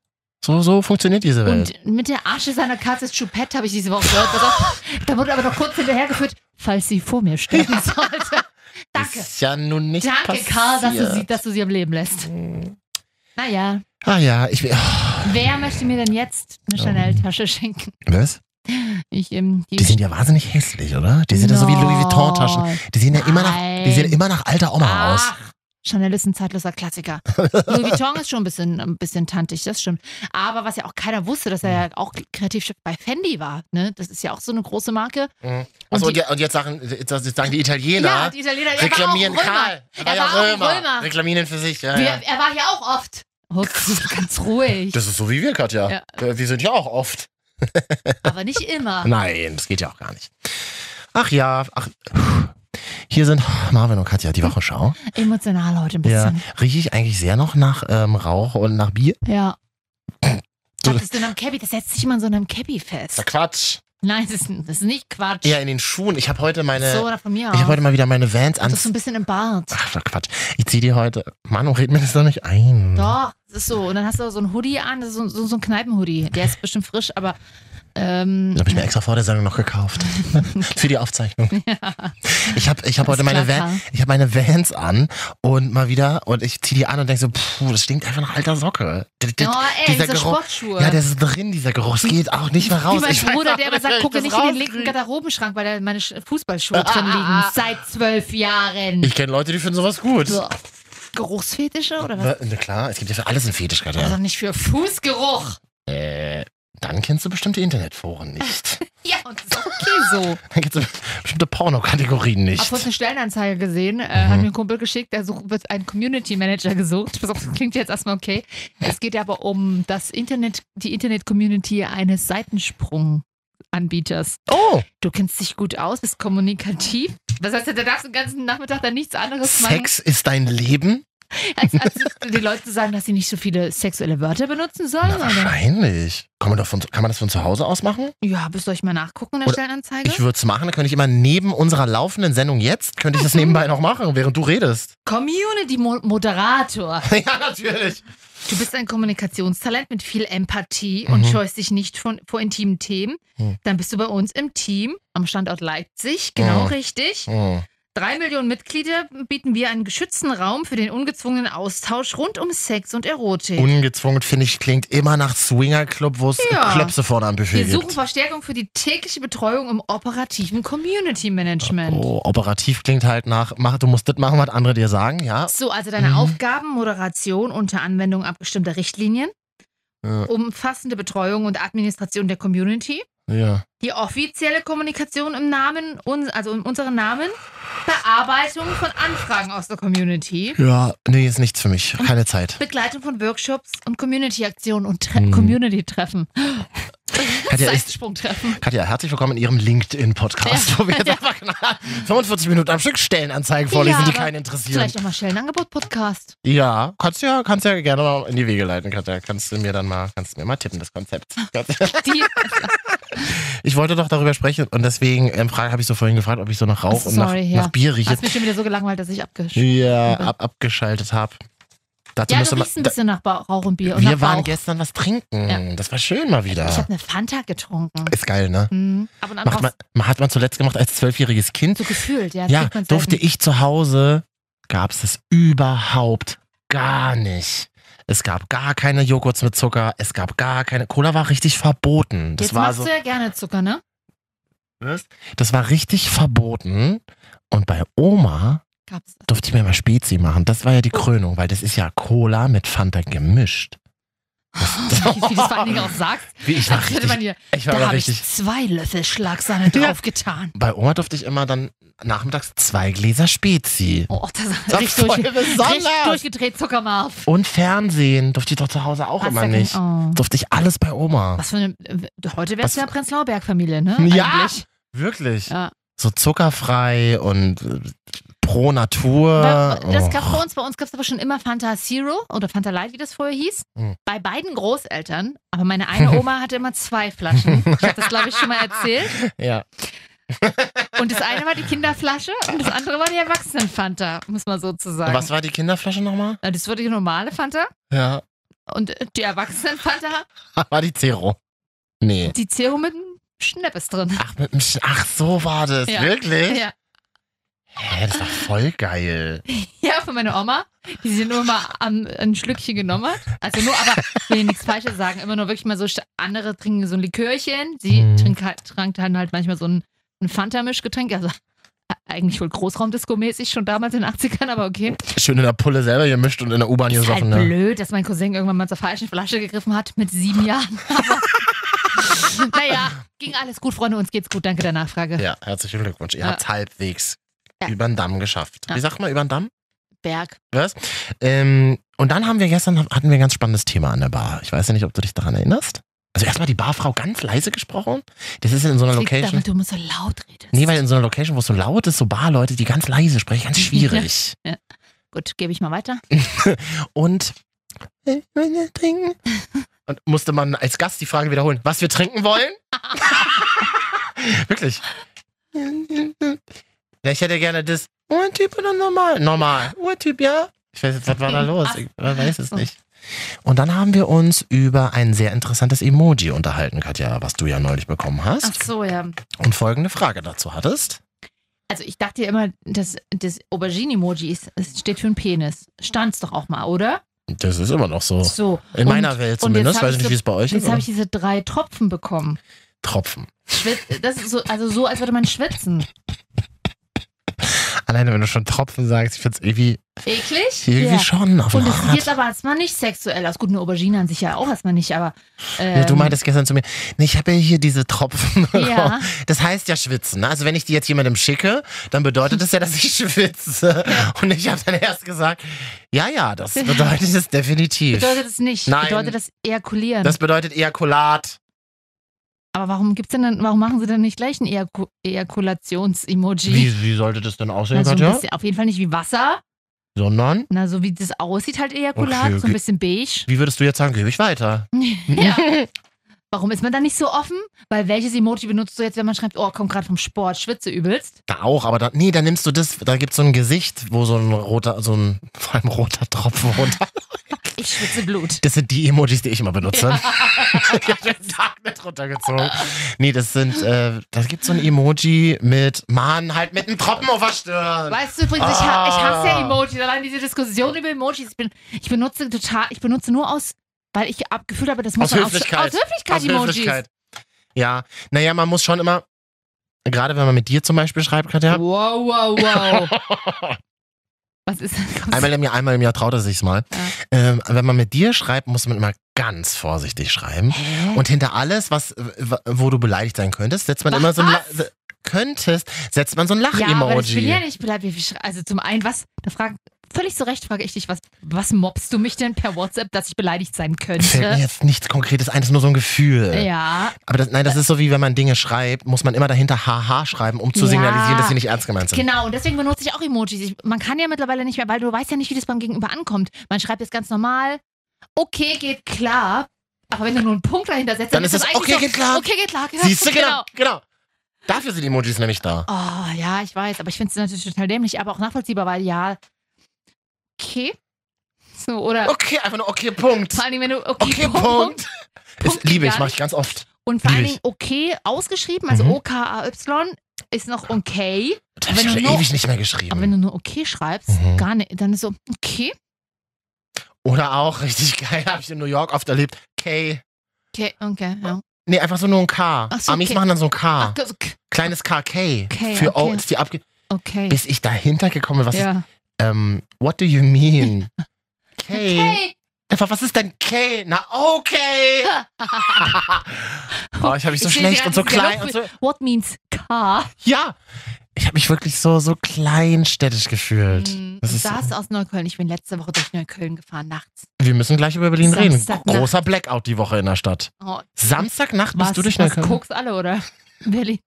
A: So, so funktioniert diese Welt.
C: Und mit der Asche seiner Katze Choupette habe ich diese Woche gehört. Pass auf. da wurde aber noch kurz hinterhergeführt, falls sie vor
A: [LAUGHS]
C: mir sterben sollte. Danke.
A: Ist ja nun nicht
C: Danke,
A: passiert. Hm.
C: Karl, dass du, sie, dass du sie am Leben lässt. Naja,
A: Ah ja, ich bin.
C: wer möchte mir denn jetzt eine Chanel-Tasche schenken?
A: was?
C: Ich, ähm,
A: Oh. Die sind ja wahnsinnig hässlich, oder? Die sind ja so wie Louis Vuitton-Taschen.
C: Nein.
A: Die sehen ja immer nach,
C: Nein. Ah.
A: die sehen immer nach alter Oma aus.
C: Ach, Chanel ist ein
A: [LAUGHS]
C: zeitloser Klassiker. Louis Vuitton ist schon ein bisschen, ein bisschen tantig, das stimmt. Aber was ja auch keiner wusste, dass er ja
A: Mhm.
C: auch Kreativchef bei Fendi war. Ne? Das ist ja auch so eine große Marke.
A: Mhm. Achso, und,
C: Und die-
A: ja- und jetzt, sagen, jetzt, jetzt sagen die Italiener,
C: ja, die Italiener, er
A: reklamieren
C: war auch Römer.
A: Karl. Er
C: Er war auch
A: Römer.
C: Römer.
A: Reklamieren für sich. Ja,
C: Wir,
A: ja.
C: er war hier auch oft. Ups, ganz ruhig.
A: Das ist so wie wir, Katja.
C: Ja.
A: Äh, Wir sind ja auch oft.
C: Aber nicht immer.
A: Nein, das geht ja auch gar nicht. Ach ja, ach. Hier sind Marvin und Katja, die Wochenschau.
C: Emotional heute ein
A: Ja.
C: bisschen.
A: Rieche ich eigentlich sehr noch nach ähm, Rauch und nach Bier?
C: Ja.
A: Du-
C: Das ist in einem Cabby, das setzt sich immer in so einem Cabby fest.
A: Quatsch.
C: Nein, das ist, das ist nicht Quatsch.
A: Eher in den Schuhen. Ich habe heute meine.
C: so, oder von mir
A: ich habe
C: aus.
A: heute mal wieder meine Vans
C: Das ist so
A: an.
C: ein bisschen im Bart.
A: Ach, doch Quatsch. Ich zieh die heute. Manu, red mir das doch nicht ein.
C: Doch, das ist so. Und dann hast du so einen Hoodie an, das ist so, so, so ein Kneipenhoodie. Der ist bestimmt frisch, aber ähm,
A: Den habe ich mir extra vor der Sendung noch
C: [LAUGHS]
A: gekauft. Für die Aufzeichnung. Ich habe ich hab
C: Alles
A: heute meine,
C: klar,
A: Van,
C: Karl.
A: ich hab meine Vans an und mal wieder und ich ziehe die an und denke so, puh, das stinkt einfach nach alter Socke. D- d-
C: oh, ey, diese
A: Geruch-
C: Sportschuhe.
A: Ja, der ist drin, dieser Geruch. Es geht auch nicht mehr
C: Wie
A: raus.
C: mein
A: Ich weiß
C: Bruder,
A: auch
C: der
A: [LAUGHS]
C: immer sagt,
A: wie
C: gucke
A: ich
C: nicht
A: das
C: in den linken
A: rauskriege. Ah,
C: Garderobenschrank, weil da meine Sch- Fußballschuhe drin liegen. Seit zwölf Jahren.
A: Ich kenne Leute, die finden sowas gut.
C: So. Geruchsfetische oder was?
A: Na klar, es gibt ja für alles einen Fetisch,
C: Also
A: Katja.
C: nicht für Fußgeruch.
A: Äh, Dann kennst du bestimmte Internetforen nicht. [LAUGHS]
C: Ja, und das ist auch okay so.
A: Dann kennst du bestimmte Pornokategorien
C: Ich habe kurz
A: nicht.
C: eine Stellenanzeige gesehen, äh, hat
A: Mhm.
C: mir ein Kumpel geschickt, da sucht, wird ein Community Manager gesucht. Pass auf, Das klingt jetzt erstmal okay. Es geht aber um das Internet, die Internet-Community eines Seitensprung-Anbieters.
A: Oh,
C: Du kennst dich gut aus, bist kommunikativ. Was heißt, da darfst du den ganzen Nachmittag dann nichts anderes machen,
A: Sex ist dein Leben?
C: als, als die Leute zu sagen, dass sie nicht so viele sexuelle Wörter benutzen sollen.
A: Na,
C: sondern-
A: wahrscheinlich. Kann man, doch von, kann man das von zu Hause aus machen?
C: Ja, bist du euch mal nachgucken in der
A: Oder-
C: Stellenanzeige?
A: Ich würde es machen, dann könnte ich immer neben unserer laufenden Sendung jetzt, könnte
C: [LAUGHS]
A: ich das nebenbei noch machen, während du redest. [LAUGHS]
C: Community-Moderator.
A: ja, natürlich.
C: Du bist ein Kommunikationstalent mit viel Empathie und
A: Mhm.
C: scheust dich nicht von, vor intimen Themen.
A: Mhm.
C: Dann bist du bei uns im Team am Standort Leipzig, genau
A: Mhm.
C: richtig.
A: Hm.
C: Drei Millionen Mitglieder bieten wir einen geschützten Raum für den ungezwungenen Austausch rund um Sex und Erotik.
A: Ungezwungen, finde ich, klingt immer nach Swingerclub, wo es
C: Ja.
A: Klöpse vorne am Buffet
C: wir suchen
A: gibt.
C: Verstärkung für die tägliche Betreuung im operativen Community Management.
A: Oh, operativ klingt halt nach, mach, du musst das machen, was andere dir sagen, ja.
C: So, also deine
A: Mhm.
C: Aufgaben, Moderation unter Anwendung abgestimmter Richtlinien,
A: Ja.
C: umfassende Betreuung und Administration der Community,
A: ja.
C: die offizielle Kommunikation im Namen, uns- also in unserem Namen, Bearbeitung von Anfragen aus der Community,
A: Ja, nee, ist nichts für mich. Keine Zeit.
C: [LAUGHS] Begleitung von Workshops und Community-Aktionen und Tre
A: Hm.
C: Community-Treffen,
A: Katja,
C: [LAUGHS]
A: ist,
C: Seitensprungtreffen.
A: Katja, herzlich willkommen in Ihrem LinkedIn-Podcast, wo wir jetzt einfach knallhart 45 Minuten am Stück Stellenanzeigen vorlesen, die
C: aber
A: keinen interessieren.
C: Vielleicht auch mal Stellenangebot-Podcast.
A: Ja, kannst ja, kannst ja gerne mal in die Wege leiten, Katja. Kannst du mir dann mal, kannst du mir mal tippen, das Konzept. [LAUGHS]
C: Die-
A: Ich wollte doch darüber sprechen und deswegen ähm, frage, habe ich so vorhin gefragt, ob ich so nach Rauch
C: Ach so,
A: und nach,
C: sorry, ja.
A: nach Bier rieche.
C: Hast mich schon wieder so gelangweilt, dass ich abgeschrieben
A: Ja, ab, abgeschaltet habe. Dazu
C: Ja, du
A: müsste man.
C: riechst ein
A: da-
C: bisschen nach Bauch, Rauch und Bier. Und
A: wir
C: nach
A: waren
C: Bauch.
A: gestern was trinken.
C: Ja.
A: Das war schön mal wieder.
C: Ich habe eine Fanta getrunken.
A: Ist geil, ne?
C: Mhm. Ab und an
A: Macht
C: brauchst
A: man, man- hat man zuletzt gemacht als zwölfjähriges Kind.
C: so gefühlt, ja. das
A: Ja,
C: kriegt man
A: durfte
C: selten.
A: ich zu Hause, gab es das überhaupt gar nicht. Es gab gar keine Joghurts mit Zucker, es gab gar keine. Cola war richtig verboten. Das
C: Jetzt
A: war
C: machst
A: so.
C: du ja gerne Zucker, ne?
A: Was? Das war richtig verboten. Und bei Oma [LAUGHS]
C: Gab's.
A: durfte ich mir mal Spezi machen. Das war ja die Krönung, weil das ist ja Cola mit Fanta gemischt.
C: [LAUGHS] Wie du das vor allen Dingen auch sagst.
A: Wie ich war
C: Als hätte man
A: richtig.
C: hier,
A: Ich war
C: da
A: aber
C: habe ich
A: richtig.
C: zwei Löffel Schlagsahne
A: [LAUGHS] Ja.
C: draufgetan.
A: Bei Oma durfte ich immer dann nachmittags zwei Gläser Spezi.
C: Oh, das ist
A: Das
C: richtig,
A: voll
C: durch, richtig
A: besonders.
C: durchgedreht, Zuckermarv.
A: Und Fernsehen durfte ich doch zu Hause auch
C: Hast
A: immer
C: du-
A: nicht.
C: Oh.
A: Durfte ich alles bei Oma.
C: Was für eine. Heute wär's
A: Was-
C: ja Prenzlauer Berg-Familie, ne?
A: Ja.
C: Eigentlich.
A: Wirklich?
C: Ja.
A: So zuckerfrei und äh, pro Natur.
C: Weil- Das
A: Oh.
C: gab bei uns, bei uns gab es aber schon immer Fanta Zero oder Fanta Light, wie das vorher hieß.
A: Hm.
C: Bei beiden Großeltern, aber
A: [LAUGHS]
C: meine eine Oma hatte immer zwei Flaschen. Ich habe das, glaube ich, schon mal erzählt.
A: Ja.
C: Und das eine war die Kinderflasche und das andere war die Erwachsenen-Fanta, muss man so zu sagen.
A: Was war die Kinderflasche nochmal?
C: Das war die normale Fanta
A: Ja. [LAUGHS]
C: und äh, die Erwachsenen-Fanta
A: War die Zero. Nee.
C: Die Zero mit einem Schneppes drin.
A: Ach, mit dem Sch Ach so war das.
C: Ja.
A: Wirklich?
C: Ja.
A: Hä, das war voll geil.
C: ja, von meiner Oma, die sie nur mal am, ein Schlückchen genommen hat. Also nur, aber ich will hier nichts Falsches sagen, immer nur wirklich mal so, st- andere trinken so ein Likörchen, sie
A: Mhm.
C: trink, halt- trank dann halt manchmal so ein, ein Fanta-Mischgetränk, also äh, eigentlich wohl Großraumdisco-mäßig schon damals in den 80ern, aber okay.
A: Schön in der Pulle selber gemischt und in der U-Bahn
C: Ist halt
A: gesoffen. ne?
C: blöd, dass mein Cousin irgendwann mal zur falschen Flasche gegriffen hat mit sieben Jahren.
A: [LAUGHS]
C: Aber, naja, ging alles gut, Freunde, uns geht's gut, danke der Nachfrage.
A: Ja, herzlichen Glückwunsch. Ihr
C: Ja.
A: habt's halbwegs
C: Ja.
A: über den Damm geschafft.
C: Ja.
A: Wie sagt man über den Damm?
C: Berg.
A: Was? Ähm, und dann haben wir gestern hatten wir ein ganz spannendes Thema an der Bar. Ich weiß ja nicht, ob du dich daran erinnerst. Also erstmal die Barfrau ganz leise gesprochen. Das ist in so einer
C: Das liegt
A: Location.
C: daran, du musst so laut redest.
A: Nee, weil in so einer Location, wo es so laut ist, so Barleute, die ganz leise sprechen, ganz schwierig.
C: Gut, gebe ich mal weiter.
A: Und ich will nicht
C: [LAUGHS]
A: trinken. Und musste man als Gast die Frage wiederholen, was wir trinken
C: [LAUGHS]
A: wollen? Wirklich. Ja, ich hätte gerne das Urtyp oder normal? Normal. Urtyp, ja. Ich weiß jetzt, was war da los? Ich weiß es nicht. Und dann haben wir uns über ein sehr interessantes Emoji unterhalten, Katja, was du ja neulich bekommen
C: Ach
A: hast.
C: so, ja.
A: Und folgende Frage dazu hattest.
C: Also ich dachte ja immer, das, das Aubergine-Emoji ist, es steht für einen Penis. Stand's doch auch mal, oder?
A: Das ist immer noch so.
C: So.
A: Oh. In
C: Und-
A: meiner Welt
C: und jetzt
A: zumindest.
C: hab
A: Weiß
C: ich
A: ich nicht,
C: so-
A: wie es bei euch ist.
C: Jetzt habe
A: aber-
C: ich diese drei Tropfen bekommen.
A: Tropfen.
C: Schwit- Das ist so, also so, als würde man schwitzen.
A: Alleine, wenn du schon Tropfen sagst, ich find's irgendwie,
C: Eklig?
A: irgendwie
C: Ja.
A: schon auf
C: Und
A: eine
C: es sieht
A: Art.
C: jetzt aber erstmal nicht sexuell aus. Gut, eine Aubergine an sich ja auch erstmal nicht, aber. Ähm,
A: Ja, du meintest gestern zu mir, nee, ich habe ja hier diese Tropfen. [LAUGHS]
C: Ja.
A: Das heißt ja schwitzen. Ne? Also wenn ich die jetzt jemandem schicke, dann bedeutet das ja, dass ich [LAUGHS] schwitze. Und ich habe dann erst gesagt, ja, ja, das bedeutet es definitiv.
C: Bedeutet es nicht.
A: Nein.
C: Bedeutet das Ejakulieren.
A: das bedeutet Ejakulat.
C: aber warum gibt's denn dann, warum machen sie dann nicht gleich ein Ejaku Ejakulations-Emoji?
A: Wie, wie sollte das denn aussehen,
C: Also ein
A: Katja?
C: bisschen, auf jeden Fall nicht wie Wasser,
A: Sondern,
C: na so wie das aussieht halt Ejakulat,
A: Okay,
C: so ein
A: ge- [LAUGHS]
C: bisschen beige.
A: wie würdest du jetzt sagen, gebe ich weiter?
C: ja. Warum ist man da nicht so offen? Weil welches Emoji benutzt du jetzt, wenn man schreibt, oh, komm gerade vom Sport, schwitze übelst?
A: Da auch, aber da, nee, da nimmst du das, da gibt's so ein Gesicht, wo so ein roter, so ein, [LAUGHS] vor allem roter Tropfen runter.
C: Ich schwitze Blut.
A: Das sind die Emojis, die ich immer benutze. [LAUGHS] ich hab den Tag nicht runtergezogen. Nee, das sind, äh, da gibt's so ein Emoji mit, Mann, halt mit einem Tropfen auf der Stirn.
C: Weißt du übrigens, ich, ha ich hasse ja
A: Ah.
C: Emojis. Allein diese Diskussion über Emojis. Ich, bin, ich benutze total, ich benutze nur aus, weil ich abgefühlt habe, das muss
A: Aus
C: man aus-
A: Höflichkeit.
C: Aus Höflichkeit Emojis.
A: Ja, naja, man muss schon immer, gerade wenn man mit dir zum Beispiel schreibt, Katja,
C: Wow, wow, wow.
A: [LAUGHS]
C: Was ist das?
A: Einmal im Jahr, einmal im Jahr traut er sich's mal.
C: Ja.
A: Ähm, wenn man mit dir schreibt, muss man immer ganz vorsichtig schreiben. Und hinter alles, was, w- wo du beleidigt sein könntest, setzt man immer so ein La
C: Was?
A: könntest, setzt man so ein
C: ja, aber das will
A: Lach-Emoji.
C: ja nicht bleiben. wie viel- Also zum einen, was, da frag, völlig zu Recht frage ich dich, was, was mobst du mich denn per WhatsApp, dass ich beleidigt sein
A: Fällt mir
C: könnte?
A: jetzt nichts Konkretes ein, das ist nur so ein Gefühl.
C: Ja,
A: Aber das, nein, das ist so wie wenn man Dinge schreibt, muss man immer dahinter haha schreiben, um zu
C: Ja.
A: signalisieren, dass sie nicht ernst gemeint sind.
C: Genau, und deswegen benutze ich auch Emojis. Ich, man kann ja mittlerweile nicht mehr, weil du weißt ja nicht, wie das beim Gegenüber ankommt. Man schreibt jetzt ganz normal, okay, geht klar. Aber wenn du nur einen Punkt dahinter setzt,
A: Dann ist es,
C: eigentlich
A: okay, geht klar.
C: Okay, geht klar. Genau.
A: Siehst du, genau, genau. Dafür sind Emojis nämlich da.
C: Oh, ja, ich weiß, aber ich finde es natürlich total dämlich, aber auch nachvollziehbar, weil ja, okay. So, oder
A: Okay, einfach nur okay, Punkt.
C: vor allen Dingen, wenn du okay,
A: Okay, Punkt. Ist,
C: Punkt
A: liebe ich,
C: gar
A: mache
C: nicht.
A: ich ganz oft.
C: und vor allen
A: Lieb
C: Dingen
A: ich.
C: okay ausgeschrieben, also
A: Mhm.
C: O-K-A-Y ist noch okay.
A: Das habe ich
C: Wenn
A: schon
C: du nur-
A: ewig nicht mehr
C: Aber wenn
A: geschrieben.
C: du nur okay schreibst,
A: Mhm.
C: gar nicht, dann ist so, okay,
A: Oder auch, [LAUGHS] richtig geil, habe ich in New York oft erlebt, K.
C: okay, okay, ja.
A: Nee, einfach so nur ein K.
C: Ach so,
A: Amis
C: K.
A: machen dann so ein K.
C: Ach, also, k-
A: Kleines K, K.
C: K,
A: Für O
C: okay.
A: ist die abge...
C: okay.
A: Bis ich dahinter gekommen bin, was ist,
C: ja.
A: ähm, what do you
C: [LAUGHS]
A: mean? K.
C: Okay.
A: Einfach, was ist denn K? Na,
C: [LAUGHS]
A: okay. oh, ich habe mich so
C: Ich seh
A: schlecht
C: die
A: und so
C: ganzen
A: klein und
C: Dialog-
A: so...
C: What means car?
A: Ja, ich habe mich wirklich so, so kleinstädtisch gefühlt.
C: Mm,
A: Halt. Das
C: und
A: ist,
C: das aus Neukölln. Ich bin letzte Woche durch Neukölln gefahren, nachts.
A: wir müssen gleich über Berlin reden.
C: Samstagnacht.
A: Großer Blackout die Woche in der Stadt.
C: Oh,
A: Samstagnacht
C: was,
A: bist du durch
C: was
A: Neukölln?
C: guckst alle, oder? [LAUGHS] Berlin.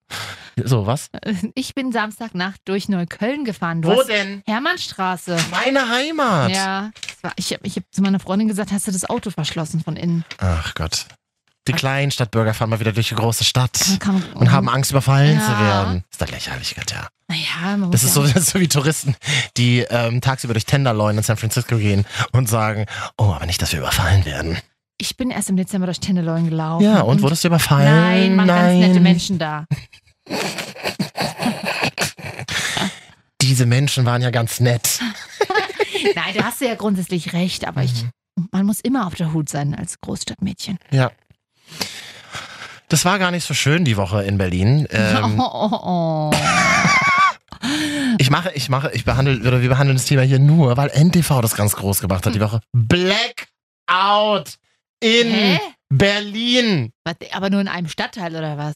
A: So, was?
C: Ich bin Samstagnacht durch Neukölln gefahren. Du hast
A: denn?
C: Hermannstraße.
A: Meine Heimat.
C: Ja, das war, ich habe ich hab zu meiner Freundin gesagt, hast du das Auto verschlossen von innen?
A: Ach Gott. Die Kleinstadtbürger fahren mal wieder durch die große Stadt
C: Dann kam-
A: [LAUGHS] und haben Angst, überfallen
C: Ja.
A: zu werden. Ist doch lächerlich, Gott, ja.
C: Naja, man
A: Das
C: muss
A: ist,
C: ja
A: so, das ist so wie Touristen, die ähm, tagsüber durch Tenderloin in San Francisco gehen und sagen, oh, aber nicht, dass wir überfallen werden.
C: Ich bin erst im Dezember durch Tenderloin gelaufen.
A: Ja, und, wurdest du überfallen?
C: Nein, waren ganz nette Menschen da.
A: Diese Menschen waren ja ganz nett.
C: Nein, da hast du ja grundsätzlich recht, aber ich,
A: Mhm.
C: man muss immer auf der Hut sein als Großstadtmädchen.
A: Ja. Das war gar nicht so schön die Woche in Berlin. Ähm,
C: [LAUGHS] oh, oh, oh.
A: Ich mache, ich mache, ich behandle, oder wir behandeln das Thema hier nur, weil NTV das ganz groß gemacht hat
C: Hm.
A: die Woche. Blackout in
C: Hä?
A: Berlin.
C: Was, aber nur in einem Stadtteil oder was?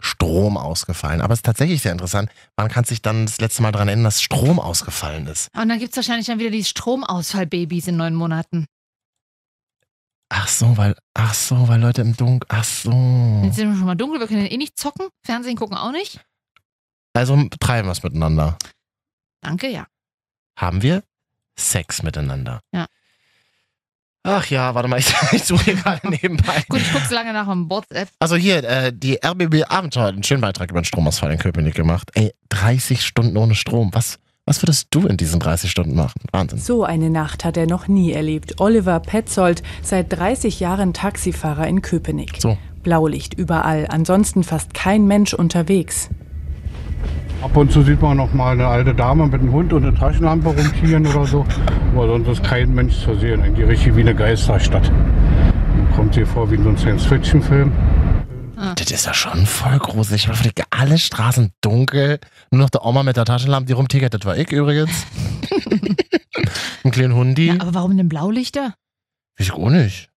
A: Strom ausgefallen. Aber es ist tatsächlich sehr interessant. Man kann sich dann das letzte Mal dran erinnern, dass Strom ausgefallen ist.
C: Und dann gibt es wahrscheinlich dann wieder die Stromausfallbabys in neun Monaten.
A: Ach so, weil, ach so, weil Leute im Dunkeln, ach so.
C: Jetzt sind wir schon mal dunkel, wir können eh nicht zocken, Fernsehen gucken auch nicht.
A: Also treiben wir es miteinander.
C: Danke, ja.
A: Haben wir Sex miteinander.
C: Ja.
A: Ach ja, warte mal, [LAUGHS] ich, ich suche hier gerade nebenbei.
C: Gut, ich gucke so lange nach am WhatsApp.
A: Also hier, äh, die RBB Abenteuer hat einen schönen Beitrag über den Stromausfall in Köpenick gemacht. Ey, 30 Stunden ohne Strom. Was, was würdest du in diesen 30 Stunden machen? Wahnsinn.
L: So eine Nacht hat er noch nie erlebt. Oliver Petzold, seit 30 Jahren Taxifahrer in Köpenick.
A: So.
L: Blaulicht überall, ansonsten fast kein Mensch unterwegs.
K: Ab und zu sieht man noch mal eine alte Dame mit einem Hund und einer Taschenlampe rumtieren oder so. Aber sonst ist kein Mensch zu sehen. Eigentlich richtig wie eine Geisterstadt. Man kommt hier vor wie in so einem Science-Fiction-Film.
C: Ah.
A: Das ist ja schon voll gruselig. Weil wirklich Alle Straßen dunkel. Nur noch der Oma mit der Taschenlampe, die rumtigert. Das war ich
C: [LAUGHS]
A: übrigens. Ein kleinen Hundi.
C: Na, aber warum denn Blaulichter?
A: Ich auch nicht.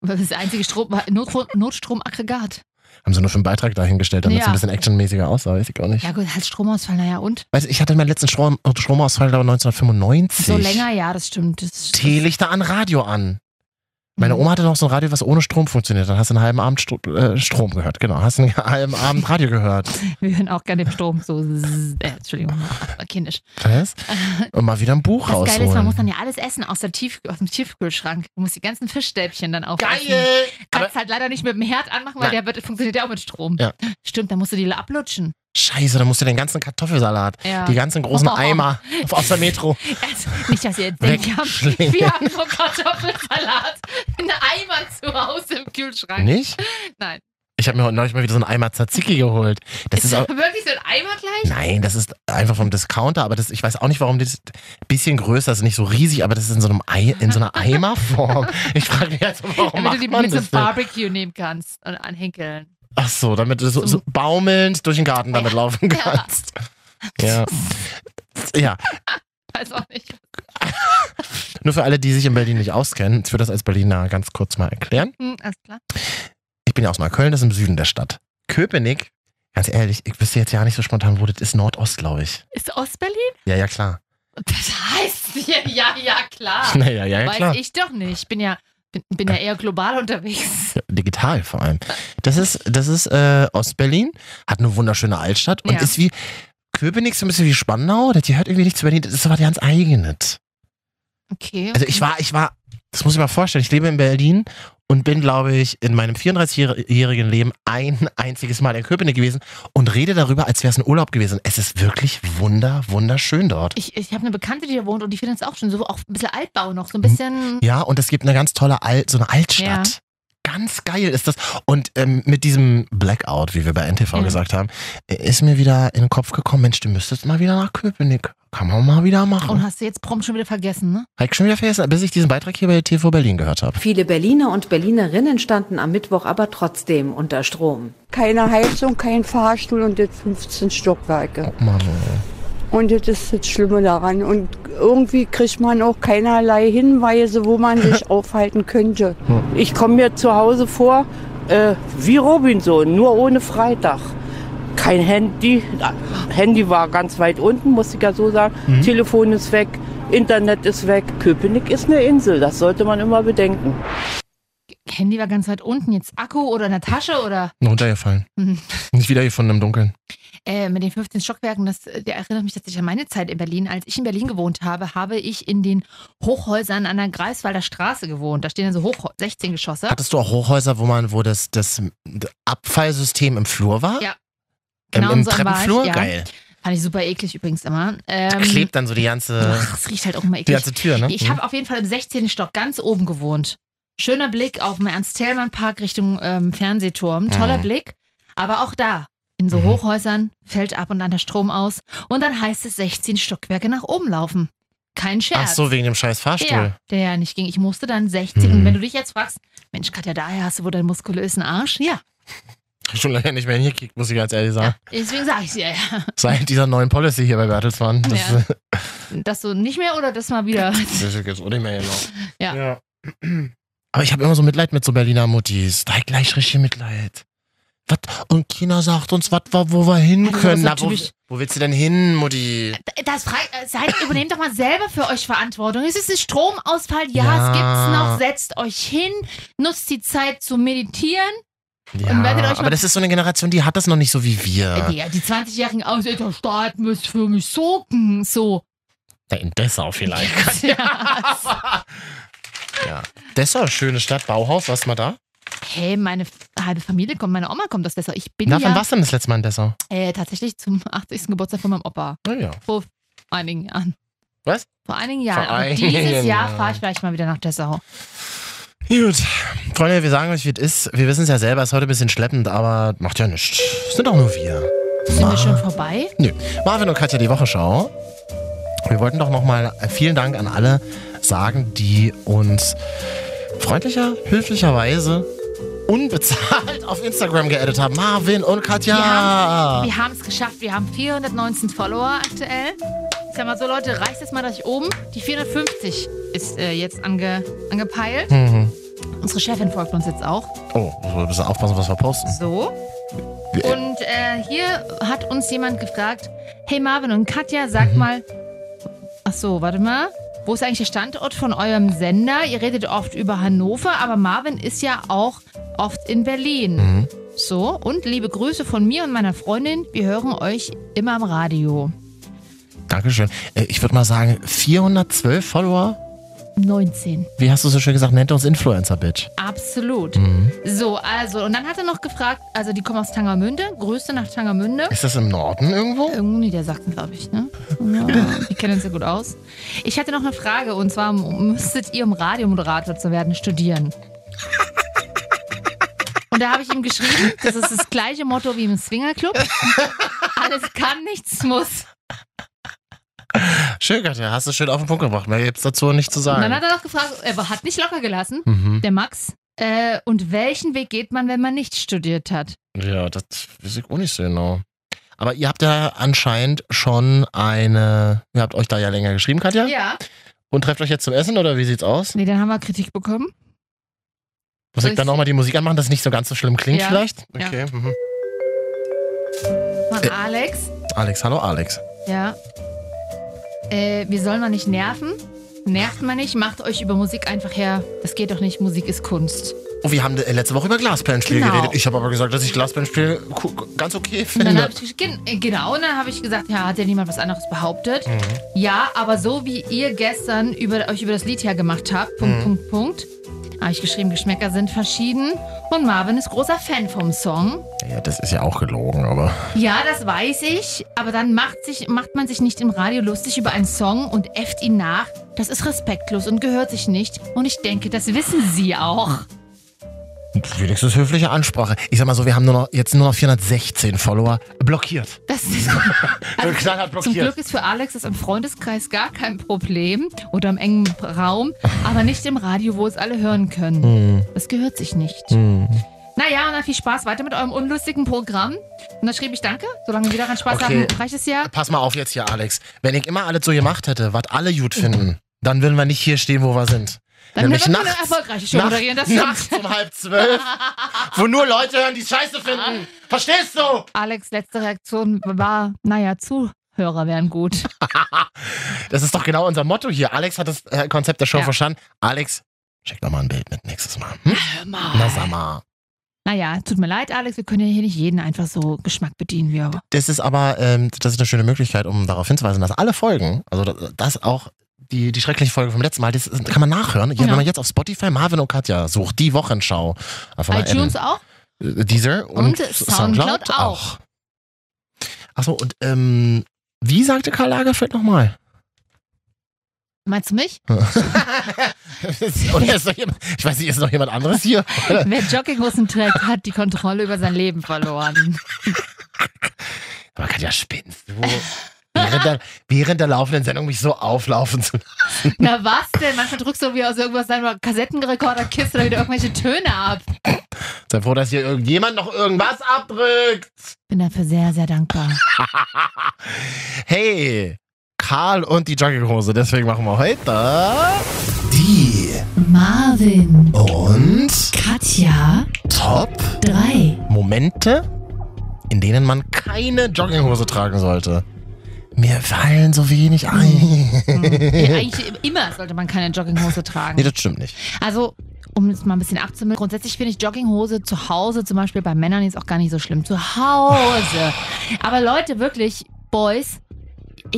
C: Weil Das ist das einzige Strom, Notstrom, Notstromaggregat.
A: Haben sie nur für einen Beitrag dahin gestellt, damit es
C: Ja.
A: ein bisschen actionmäßiger aussah. Weiß ich auch nicht.
C: Ja gut, halt Stromausfall, naja und?
A: Weißt du, ich hatte meinen letzten Strom Stromausfall, glaube ich, 1995.
C: So länger, ja, das stimmt. Das
A: Teelichter an Radio an. Meine
C: Mhm.
A: Oma hatte noch so ein Radio, was ohne Strom funktioniert. Dann hast du einen halben Abend Stro äh, Strom gehört. Genau, hast einen [LAUGHS] halben Abend Radio gehört.
C: wir hören auch gerne den Strom so, [LAUGHS] zzz, äh, Entschuldigung, war kindisch. [LAUGHS]
A: Was? Und mal wieder ein Buch
C: Das
A: rausholen.
C: Geile ist, man muss dann ja alles essen aus, der Tief, aus dem Tiefkühlschrank. Du musst die ganzen Fischstäbchen dann aufessen.
A: Geil!
C: Kannst halt leider nicht mit dem Herd anmachen, weil
A: Nein.
C: der wird, funktioniert ja auch mit Strom.
A: Ja.
C: Stimmt, dann musst du die ablutschen.
A: Scheiße, dann musst du den ganzen Kartoffelsalat,
C: Ja.
A: die ganzen
C: [LAUGHS]
A: großen
C: Oh.
A: Eimer aus der Metro.
C: Also, nicht, dass ihr jetzt denkt, wir haben,
A: Wegschlingen.
C: wir haben so Kartoffelsalat in Eimer zu Hause im Kühlschrank.
A: Nicht?
C: Nein.
A: Ich habe mir heute neulich mal wieder so einen Eimer Tzatziki geholt. Das ist auch,
C: wirklich so ein Eimer gleich?
A: Nein, das ist einfach vom Discounter, aber das, ich weiß auch nicht, warum das bisschen größer ist, nicht so riesig, aber das ist in so, einem Ei, in so
C: [LAUGHS]
A: einer Eimerform. Ich frage mich jetzt, warum
C: Damit du
A: macht
C: die
A: man
C: mit
A: das
C: zum
A: denn?
C: Barbecue nehmen kannst
A: [LAUGHS]
C: und anhänkeln.
A: Ach so, damit du so, so baumelnd durch den Garten damit laufen kannst. Ja. ja,
C: Weiß auch nicht.
A: nur für alle, die sich in Berlin nicht auskennen, ich würde das als Berliner ganz kurz mal erklären.
C: Hm, alles klar.
A: Ich bin ja aus Neukölln, das ist im Süden der Stadt. Köpenick, ganz ehrlich, ich wüsste jetzt ja nicht so spontan, wo das ist, Nordost, glaube ich.
C: Ist Ostberlin?
A: Ja, ja, [LAUGHS] klar.
C: Das heißt [LAUGHS] ja, ja, ja, klar.
A: Naja, ja, ja,
C: Weiß
A: klar.
C: ich doch nicht. Ich bin ja, bin, bin ja eher global unterwegs.
A: Ja, Digital vor allem. Das ist, das ist äh, Ostberlin, hat eine wunderschöne Altstadt und
C: Ja.
A: ist wie Köpenick so ein bisschen wie Spandau. Das gehört irgendwie nicht zu Berlin. Das ist aber ganz eigenes.
C: Okay.
A: Also ich war, ich war, das muss ich mal vorstellen, ich lebe in Berlin und bin, glaube ich, in meinem 34-jährigen Leben ein einziges Mal in Köpenick gewesen und rede darüber, als wäre es ein Urlaub gewesen. Es ist wirklich wunder, wunderschön dort.
C: Ich, ich habe eine Bekannte, die da wohnt und die findet es auch schon so, auch ein bisschen Altbau noch, so ein bisschen.
A: Ja, und es gibt eine ganz tolle Alt, so eine Altstadt.
C: Ja.
A: Ganz geil ist das. Und ähm, mit diesem Blackout, wie wir bei NTV
C: Ja.
A: gesagt haben, äh, ist mir wieder in den Kopf gekommen, Mensch, du müsstest mal wieder nach Köpenick. Kann man mal wieder
C: Und
A: machen.
C: hast du jetzt prompt schon wieder vergessen, ne?
A: Habe ich schon wieder vergessen, bis ich diesen Beitrag hier bei TV Berlin gehört habe.
M: Viele Berliner und Berlinerinnen standen am Mittwoch aber trotzdem unter Strom.
N: Keine Heizung, kein Fahrstuhl und jetzt 15 Stockwerke.
A: Mann,
N: Und das ist das Schlimme daran. Und irgendwie kriegt man auch keinerlei Hinweise, wo man
C: [LAUGHS]
N: sich aufhalten könnte.
O: Ich komme mir zu Hause vor äh, wie Robinson, nur ohne Freitag. Kein Handy. Handy war ganz weit unten, muss ich ja so sagen.
P: Mhm.
O: Telefon ist weg, Internet ist weg. Köpenick ist eine Insel, das sollte man immer bedenken.
C: Handy war ganz weit unten, jetzt Akku oder in der Tasche oder.
A: Runtergefallen.
C: Mhm.
A: Nicht wiedergefunden im Dunkeln.
C: Äh, mit den 15 Stockwerken, das äh, der erinnert mich tatsächlich an meine Zeit in Berlin. Als ich in Berlin gewohnt habe, habe ich in den Hochhäusern an der Greifswalder Straße gewohnt. Da stehen dann so Hoch 16 Geschosse.
A: Hattest du auch Hochhäuser, wo man, wo das, das Abfallsystem im Flur war?
C: Ja.
A: Im,
C: Genau
A: im
C: so war ich,
A: Treppenflur?
C: ja.
A: Geil.
C: Fand ich super eklig übrigens immer. Ähm,
A: Klebt dann so die ganze.
C: Ach, es riecht halt auch immer eklig.
A: äh, Die ganze Tür, ne?
C: Ich habe auf jeden Fall im 16. Stock ganz oben gewohnt. Schöner Blick auf den Ernst-Thälmann-Park Richtung ähm, Fernsehturm. Toller
Q: Mhm.
C: Blick. Aber auch da, in
A: Mhm.
C: so Hochhäusern, fällt ab und an der Strom aus. Und dann heißt es 16 Stockwerke nach oben laufen. Kein
A: Ach
C: Scherz.
A: so, wegen dem scheiß Fahrstuhl.
C: Ja, der ja nicht ging. Ich musste dann 16.
A: Mhm.
C: Und wenn du dich jetzt fragst, Mensch, Katja, daher hast du wohl deinen muskulösen Arsch? Ja,
A: Hab ich Schon lange nicht mehr hingekickt, muss ich ganz ehrlich sagen.
C: deswegen sage ich dir ja.
A: Seit dieser neuen Policy hier bei Bertelsmann. Das,
C: Ja. Dass du nicht mehr oder das mal
A: [LAUGHS]
C: wieder.
A: das ist jetzt auch nicht mehr genau.
C: Ja.
A: Aber ich habe immer so Mitleid mit so Berliner Muttis. Da hab ich gleich richtig Mitleid. Was? Und China sagt uns, was wir, wo wir hin
C: Also,
A: können.
C: das ist so
A: Na, wo,
C: typisch.
A: wo willst du denn hin, Mutti?
C: Das frei, äh, seid,
A: [COUGHS]
C: übernehmt doch mal selber für euch Verantwortung. Es ist ein Stromausfall, ja,
A: Ja.
C: es gibt's noch. Setzt euch hin, nutzt die Zeit zu meditieren. Und werdet euch
A: Ja,
C: mal-
A: aber das ist so eine Generation, die hat das noch nicht so wie
C: Äh,
A: wir.
C: Die, die 20-Jährigen aus der Staat müsst für mich sorgen. So.
A: Da in Dessau vielleicht.
C: [LAUGHS] Ja.
A: Ja. Dessau, schöne Stadt, Bauhaus, warst du mal da?
C: hey, meine f- halbe Familie kommt, meine Oma kommt aus Dessau. Ich bin
A: Na, wann
C: ja
A: warst du denn das letzte Mal in Dessau?
C: äh, tatsächlich zum 80. Geburtstag von meinem Opa.
A: Na ja.
C: Vor einigen Jahren.
A: Was?
C: Vor einigen Jahren.
A: Vor
C: Und dieses
A: einigen
C: Jahr
A: Jahren.
C: fahre ich vielleicht mal wieder nach Dessau.
A: Gut. Freunde, wir sagen euch, wie es ist. Wir wissen es ja selber, ist heute ein bisschen schleppend, aber macht ja nichts. Es Sind auch nur wir.
C: Sind
A: Ah.
C: wir schon vorbei?
A: Nö. Marvin und Katja, die Wochenschau. Wir wollten doch nochmal vielen Dank an alle sagen, die uns freundlicher, höflicherweise unbezahlt auf Instagram geedit haben. Marvin und Katja.
C: Wir haben es geschafft. Wir haben 419 Follower aktuell. Ich sag mal so, Leute, reicht es mal dass ich oben. Die 450 ist äh, jetzt ange, angepeilt.
A: Mhm.
C: Unsere Chefin folgt uns jetzt auch.
A: Oh, wir müssen aufpassen, was wir posten.
C: So. Und äh, hier hat uns jemand gefragt: Hey Marvin und Katja, sag mal. Ach so, warte mal. Wo ist eigentlich der Standort von eurem Sender? Ihr redet oft über Hannover, aber Marvin ist ja auch oft in Berlin. So, und liebe Grüße von mir und meiner Freundin. Wir hören euch immer im Radio.
A: Dankeschön. Äh, Ich würde mal sagen, 412 Follower.
C: 19.
A: Wie hast du so schön gesagt, nennt uns Influencer, Bitch.
C: Absolut.
A: Mhm.
C: So, also, und dann hat er noch gefragt, also die kommen aus Tangermünde, Grüße nach Tangermünde.
A: Ist das im Norden irgendwo?
C: Irgendwo in Niedersachsen, glaube ich, ne? Ja, die kennen uns ja gut aus. Ich hatte noch eine Frage, und zwar müsstet ihr, um Radiomoderator zu werden, studieren? Und da habe ich ihm geschrieben, das ist das gleiche Motto wie im Swingerclub. Alles kann, nichts muss.
A: Schön, Katja, hast du schön auf den Punkt gebracht. Mehr gibt's dazu nicht zu
C: Und dann
A: sagen.
C: hat er noch gefragt, er hat nicht locker gelassen,
A: Mhm.
C: der Max. Äh, und welchen Weg geht man, wenn man nicht studiert hat?
A: Ja, das weiß ich auch nicht so genau. Aber ihr habt ja anscheinend schon eine. Ihr habt euch da ja länger geschrieben, Katja?
C: Ja.
A: Und trefft euch jetzt zum Essen oder wie sieht's aus?
C: Nee, dann haben wir Kritik bekommen.
A: Muss ich dann nochmal die Musik anmachen, dass es nicht so ganz so schlimm klingt
C: Ja.
A: vielleicht?
C: Ja.
A: Okay. Mhm.
C: Von
A: Äh.
C: Alex.
A: Alex, hallo Alex.
C: Ja. Äh, wir sollen mal nicht nerven. Nervt man nicht, macht euch über Musik einfach her. Das geht doch nicht, Musik ist Kunst.
A: Oh, wir haben äh, letzte Woche über Glasperlenspiel
C: Genau.
A: geredet. Ich habe aber gesagt, dass ich Glasperlenspiel ku- ganz okay
C: Und dann
A: finde.
C: habe ich gesch- gen- äh, genau, und dann habe ich gesagt, ja, hat ja niemand was anderes behauptet.
A: Mhm.
C: Ja, aber so wie ihr gestern über, euch über das Lied hergemacht habt, Punkt,
A: Mhm.
C: Punkt, Punkt, habe ich geschrieben, Geschmäcker sind verschieden und Marvin ist großer Fan vom Song.
A: Ja, das ist ja auch gelogen, aber.
C: Ja, das weiß ich, aber dann macht, sich, macht man sich nicht im Radio lustig über einen Song und äfft ihn nach. Das ist respektlos und gehört sich nicht. Und ich denke, das wissen Sie auch.
A: Wenigstens höfliche Ansprache. Ich sag mal so, wir haben nur noch, jetzt nur noch 416 Follower blockiert. [LAUGHS]
C: Das ist
A: Also, knallhart
C: Zum
A: blockiert.
C: Glück ist für Alex das im Freundeskreis gar kein Problem oder im engen Raum, aber nicht im Radio, wo es alle hören können.
A: Hm.
C: Das gehört sich nicht.
A: Hm.
C: Naja, und dann viel Spaß weiter mit eurem unlustigen Programm. Und dann schrieb ich Danke, solange wir daran Spaß
A: Okay.
C: haben, reicht es ja.
A: Pass mal auf jetzt hier, Alex. Wenn ich immer alles so gemacht hätte, was alle gut finden, dann würden wir nicht hier stehen, wo wir sind.
C: Dann
A: Nämlich
C: wäre das eine
A: nachts,
C: erfolgreiche Show
A: nachts,
C: moderieren, das
A: nachts
C: stimmt.
A: um halb zwölf, wo nur Leute hören, die Scheiße finden. Verstehst du?
C: Alex' letzte Reaktion war, naja, Zuhörer wären gut.
A: Das ist doch genau unser Motto hier. Alex hat das äh, Konzept der Show
C: Ja.
A: verstanden. Alex, schick doch mal ein Bild mit nächstes Mal. Hm?
C: Hör mal.
A: Na sag mal.
C: Naja, tut mir leid, Alex, wir können ja hier nicht jeden einfach so Geschmack bedienen, wir.
A: Das ist aber, ähm, das ist eine schöne Möglichkeit, um darauf hinzuweisen, dass alle Folgen, also das- das auch die, die schreckliche Folge vom letzten Mal, das ist- kann man nachhören. Ja,
C: Ja.
A: Wenn man jetzt auf Spotify Marvin und Katja sucht, die Wochenschau. Einfach mal
C: iTunes
A: adden.
C: auch?
A: Äh, Deezer und,
C: Und
A: Soundcloud,
C: Soundcloud auch.
A: auch. Achso, und ähm, wie sagte Karl Lagerfeld [LAUGHS] nochmal?
C: Meinst du mich?
A: [LAUGHS] Oder ist noch jemand, ich weiß nicht, ist noch jemand anderes hier?
C: Wer Jogginghosen trägt, hat die Kontrolle über sein
A: [LAUGHS]
C: Leben verloren.
A: Aber Katja spinnst du. Während der, während der laufenden Sendung mich so auflaufen zu lassen.
C: Na was denn? Manchmal drückst du wie aus irgendwas deiner Kassettenrekorderkiste oder wieder irgendwelche Töne ab.
A: Sei froh, dass hier irgendjemand noch irgendwas abdrückt.
C: Bin dafür sehr, sehr dankbar.
A: hey, Karl und die Jogginghose. Deswegen machen wir heute die
C: Marvin
A: und
C: Katja
A: Top
C: 3.
A: [LAUGHS] Momente, in denen man keine Jogginghose tragen sollte. Mir fallen so wenig
C: Ja,
A: ein.
C: eigentlich immer sollte man keine Jogginghose
A: Nee,
C: tragen.
A: das stimmt nicht.
C: Also, um es mal ein bisschen abzumildern, grundsätzlich finde ich Jogginghose zu Hause, zum Beispiel bei Männern, ist auch gar nicht so schlimm. Zu Hause. Aber Leute, wirklich, Boys,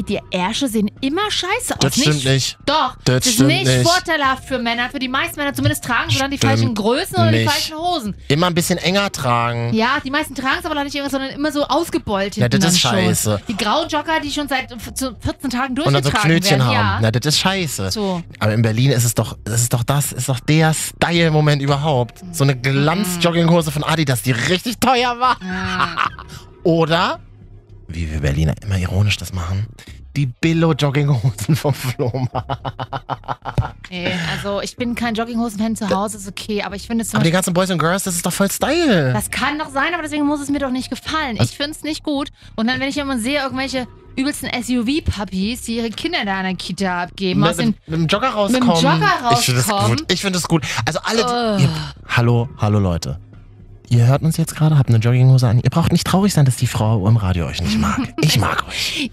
C: die Ärsche sehen immer scheiße aus.
A: Das stimmt nicht.
C: Doch,
A: Das
C: das ist
A: stimmt
C: nicht,
A: nicht.
C: vorteilhaft für Männer. Für die meisten Männer zumindest tragen sie dann die
A: Stimmt
C: falschen Größen oder die
A: nicht.
C: falschen Hosen.
A: Immer ein bisschen enger tragen.
C: Ja, die meisten tragen es aber leider nicht irgendwas, sondern immer so ausgebeult
A: Ja,
C: hinten
A: das ist
C: dann
A: scheiße.
C: Schon. Die grauen Jogger, die schon seit 14 Tagen
A: Und dann
C: durchgetragen
A: so Knötchen
C: werden.
A: haben.
C: Ja.
A: Na, das ist scheiße.
C: So.
A: Aber in Berlin ist es doch, das ist doch das, ist doch der Style-Moment überhaupt. So eine Glanz-Jogginghose von Adidas, die richtig [LAUGHS] teuer war. Oder, wie wir Berliner immer ironisch das machen, Die Billo-Jogginghosen vom Flohmarkt.
C: Nee, also ich bin kein Jogginghosen-Fan zu Hause, ist okay, aber ich finde es zum
A: Aber die
C: Beispiel,
A: ganzen Boys and Girls, das ist doch voll Style.
C: das kann doch sein, aber deswegen muss es mir doch nicht gefallen.
A: Also
C: Ich finde es nicht gut. Und dann, wenn ich immer sehe, irgendwelche übelsten SUV-Puppies, die ihre Kinder da an der Kita abgeben, aus den
A: mit, mit dem Jogger
C: mit dem
A: rauskommen.
C: Jogger
A: Ich finde das
C: rauskommen. Äh.
A: gut. Ich finde das gut. Also alle, die,
C: Ugh.
A: ihr, hallo, hallo Leute. Ihr hört uns jetzt gerade, habt eine Jogginghose an. Ihr braucht nicht traurig sein, dass die Frau im Radio euch nicht mag. Ich [LAUGHS] mag euch.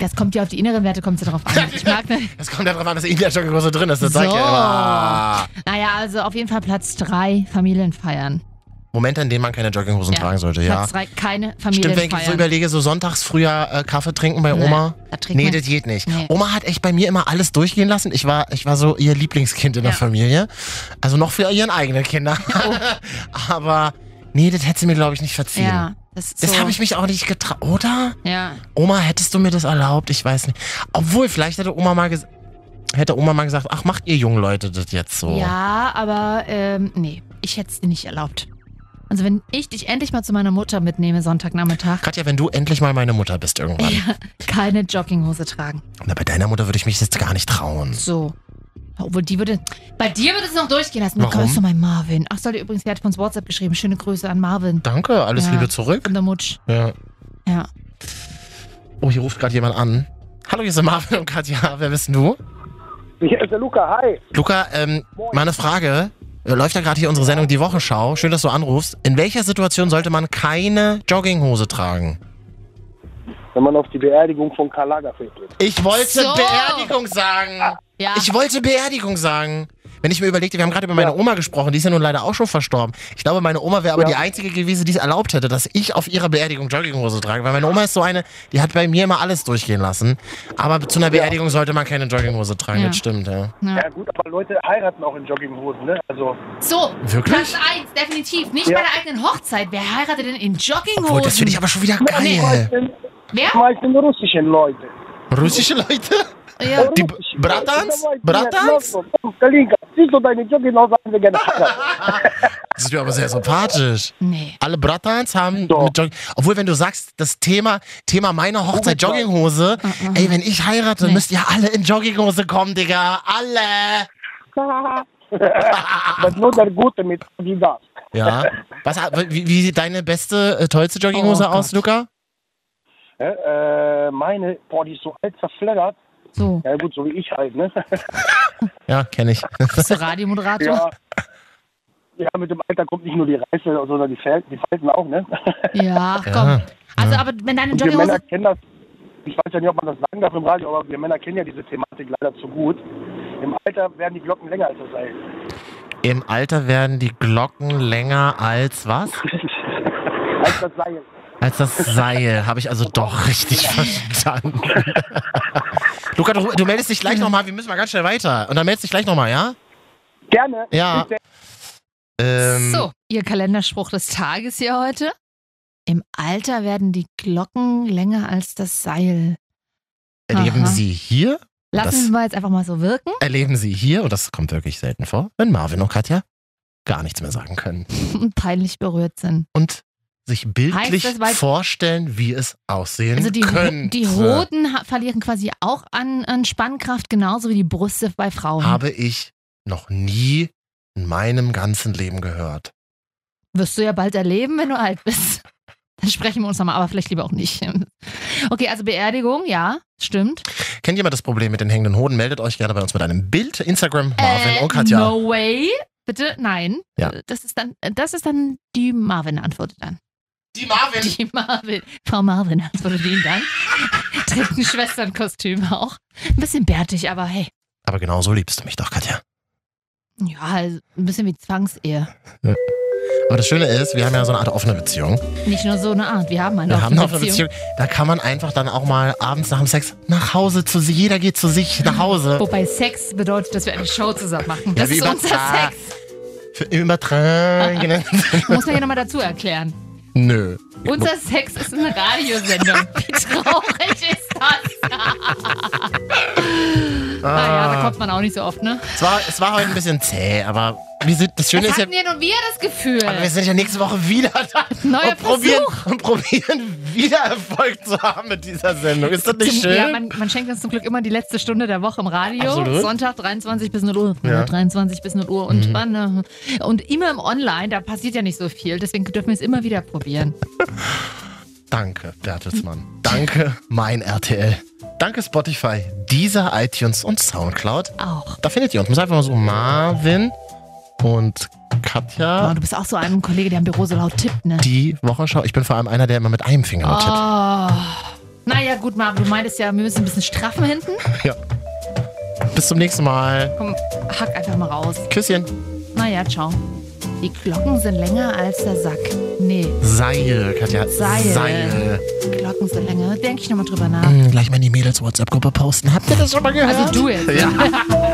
C: Das kommt ja auf die inneren Werte, kommt es ja drauf an. Ich mag ne, [LAUGHS]
A: Es kommt ja darauf an, dass ihr in der Jogginghose drin ist. Das sag ich
C: So.
A: ja immer.
C: Naja, also auf jeden Fall Platz 3, Familien feiern.
A: Momente, in denen man keine Jogginghosen tragen sollte, ja.
C: Platz 3, keine
A: Stimmt,
C: Familien
A: wenn ich so
C: feiern.
A: überlege, so sonntags früher äh, Kaffee trinken bei
C: Nee,
A: Oma.
C: da trinkt
A: Nee,
C: man-
A: das geht nicht. Oma hat echt bei mir immer alles durchgehen lassen. Ich war, ich war so ihr Lieblingskind in der
C: Ja.
A: Familie. Also noch für ihren eigenen
C: [LAUGHS]
A: Kinder. [LAUGHS] Aber nee, das hätte sie mir, glaube ich, nicht verziehen.
C: ja, das, ist
A: Das
C: so.
A: habe ich mich auch nicht getraut, oder?
C: Ja.
A: Oma, hättest du mir das erlaubt? Ich weiß nicht. Obwohl, vielleicht hätte Oma mal, ges hätte Oma mal gesagt, ach, macht ihr jungen Leute das jetzt so?
C: Ja, aber ähm, nee, ich hätte es dir nicht erlaubt. Also wenn ich dich endlich mal zu meiner Mutter mitnehme Sonntagnachmittag,
A: Katja, wenn du endlich mal meine Mutter bist irgendwann.
C: keine Jogginghose tragen.
A: Na, bei deiner Mutter würde ich mich jetzt gar nicht trauen.
C: So. Obwohl die würde. Bei dir würde es noch durchgehen lassen. Du
A: Warum?
C: kommst zu meinem Marvin. Ach, soll dir übrigens, der hat von uns WhatsApp geschrieben. Schöne Grüße an Marvin.
A: Danke, alles
C: Ja. Genau.
A: Liebe zurück.
C: Und der Mutsch.
A: Ja.
C: Ja.
A: Oh, hier ruft gerade jemand an. Hallo, hier sind Marvin und Katja. Wer bist denn du?
P: Hier ist der Luca, hi.
A: Luca, ähm, mal eine Frage. Äh, Läuft ja gerade hier unsere Sendung Die Wochenschau. Schön, dass du anrufst. In welcher Situation sollte man keine Jogginghose tragen?
P: Wenn man auf die Beerdigung von Karl Lagerfeld geht.
A: Ich wollte
P: So.
A: Beerdigung sagen. Ich wollte Beerdigung sagen. Wenn ich mir überlegte, wir haben gerade über meine Oma gesprochen, die ist ja nun leider auch schon verstorben. Ich glaube, meine Oma wäre aber die einzige gewesen, die es erlaubt hätte, dass ich auf ihrer Beerdigung Jogginghose trage. Weil meine Oma ist so eine, die hat bei mir immer alles durchgehen lassen. Aber zu einer Beerdigung sollte man keine Jogginghose tragen,
C: Ja.
A: das stimmt, ja.
P: Ja. gut, aber Leute heiraten auch in Jogginghosen, ne? Also
C: So,
A: Wirklich?
C: Platz 1, definitiv. Nicht
P: Ja.
C: bei der eigenen Hochzeit. Wer heiratet denn in Jogginghosen?
A: Obwohl, das finde ich aber schon wieder geil.
C: Wer?
P: meisten russischen Leute.
A: Russische Leute?
C: Ja.
A: Die B- Bratans? Bratans?
P: Kalinka, zieh so deine Jogginghose an, wir gerne heiraten.
A: Das ist mir aber sehr sympathisch.
C: Nee.
A: Alle Bratans haben mit Jogging. Obwohl, wenn du sagst, das Thema, Thema meiner Hochzeit Jogginghose, ey, wenn ich heirate, müsst ihr alle in Jogginghose kommen, Digga. Alle!
P: [LAUGHS] Das nur der Gute mit Adidas.
A: Ja. Was, hat- wie, wie sieht deine beste, äh, tollste Jogginghose
P: Oh
A: aus, Luca?
P: Äh, äh, meine, boah, die ist so alt zerfleddert.
C: So.
P: Ja gut, so wie ich halt, ne?
A: Ja, kenne ich. [LAUGHS]
C: Bist du Radiomoderator?
P: ja. ja, mit dem Alter kommt nicht nur die Reife, sondern die Falten, die Falten auch, ne?
C: Ja, ach komm. Also, aber wenn deine
P: Und wir Männer
C: Jogginghose.
P: kennen das, ich weiß ja nicht, ob man das sagen darf im Radio, aber wir Männer kennen ja diese Thematik leider zu gut. Im Alter werden die Glocken länger als das Seil.
A: Im Alter werden die Glocken länger als was?
P: Als das Seil.
A: Als das Seil. Habe ich also doch richtig verstanden. [LAUGHS] Luca, du, du meldest dich gleich nochmal. Wir müssen mal ganz schnell weiter. Und dann meldest dich gleich nochmal, ja?
P: Gerne.
A: Ja. Ähm,
C: So, ihr Kalenderspruch des Tages hier heute. Im Alter werden die Glocken länger als das Seil.
A: Erleben
C: Aha.
A: Sie hier?
C: Lassen wir mal jetzt einfach mal so wirken. [LAUGHS]
A: das erleben Sie hier, und das kommt wirklich selten vor, wenn Marvin und Katja gar nichts mehr sagen können.
C: und peinlich berührt sind.
A: Und sich bildlich
C: das, weil-
A: vorstellen, wie es aussehen
C: Also die,
A: könnte.
C: die Hoden ha- verlieren quasi auch an, an Spannkraft, genauso wie die Brüste bei Frauen.
A: Habe ich noch nie in meinem ganzen Leben gehört.
C: Wirst du ja bald erleben, wenn du alt bist. [LAUGHS] Dann sprechen wir uns nochmal, aber vielleicht lieber auch nicht. [LAUGHS] Okay, also Beerdigung, ja, stimmt.
A: Kennt jemand das Problem mit den hängenden Hoden? Meldet euch gerne bei uns mit einem Bild. Instagram, Marvin
C: Äh,
A: und Katja.
C: No way. Bitte, nein.
A: Ja.
C: Das ist dann, das ist dann die Marvin antwortet dann. [LAUGHS]
A: Die Marvin.
C: Die Marvin. Frau Marvin antwortet ihm dann. [LAUGHS] Trägt ein Schwesternkostüm auch. Ein bisschen bärtig, aber hey.
A: Aber genau so liebst du mich doch, Katja.
C: Ja, also ein bisschen wie Zwangsehe.
A: Aber das Schöne ist, wir haben ja so eine Art offene Beziehung.
C: Nicht nur so eine Art. Wir haben eine
A: Wir haben
C: offene
A: eine offene Beziehung.
C: Beziehung.
A: Da kann man einfach dann auch mal abends nach dem Sex nach Hause zu sich. Jeder geht zu sich nach Hause.
C: Wobei Sex bedeutet, dass wir eine Show zusammen machen.
A: Ja,
C: Das
A: wie
C: ist unser
A: übertra-
C: Sex.
A: Für übertragen.
C: Muss man ja nochmal dazu erklären.
A: [LAUGHS] Nö.
C: Unser Sex ist eine
A: Ah.
C: Radiosendung. Wie traurig ist das? Naja, da kommt man auch nicht so oft, ne?
A: Es war, es war heute ein bisschen zäh, aber wir sind, das Schöne
C: Das
A: ist ja,
C: hatten ja nur wir das Gefühl.
A: aber wir sind ja nächste Woche wieder da
C: Neuer
A: und probieren,
C: Versuch.
A: und probieren wieder Erfolg zu haben mit dieser Sendung. Ist das nicht
C: Zum- Ja,
A: schön?
C: man, man schenkt uns zum Glück immer die letzte Stunde der Woche im Radio.
A: Absolut.
C: Sonntag 23 bis 0 Uhr.
A: Ja.
C: 23 bis 0 Uhr. Und,
A: Mhm.
C: wann, äh, und immer im Online, da passiert ja nicht so viel. Deswegen dürfen wir es immer wieder probieren.
A: Danke, Bertelsmann. Danke, mein RTL. Danke, Spotify, Deezer, iTunes und Soundcloud.
C: Auch.
A: Da findet ihr uns. Muss einfach mal so Marvin und Katja.
C: Boah, Oh, du bist auch so ein Kollege, der im Büro so laut tippt, ne?
A: Die Wochenschau. Ich bin vor allem einer, der immer mit einem Finger nur tippt.
C: Oh. Naja, gut, Marvin, du meintest ja, wir müssen ein bisschen straffen hinten.
A: Ja. Bis zum nächsten Mal.
C: Komm, hack einfach mal raus.
A: Küsschen.
C: Naja, ciao. Die Glocken sind länger als der Sack. Nee,
A: Seil, Katja.
C: Seil.
A: Seil.
C: Glocken sind länger. Denke ich nochmal drüber nach.
A: Hm, Gleich mal in die Mädels-WhatsApp-Gruppe posten. Habt ihr das schon mal gehört?
C: Also du jetzt.
A: Ja.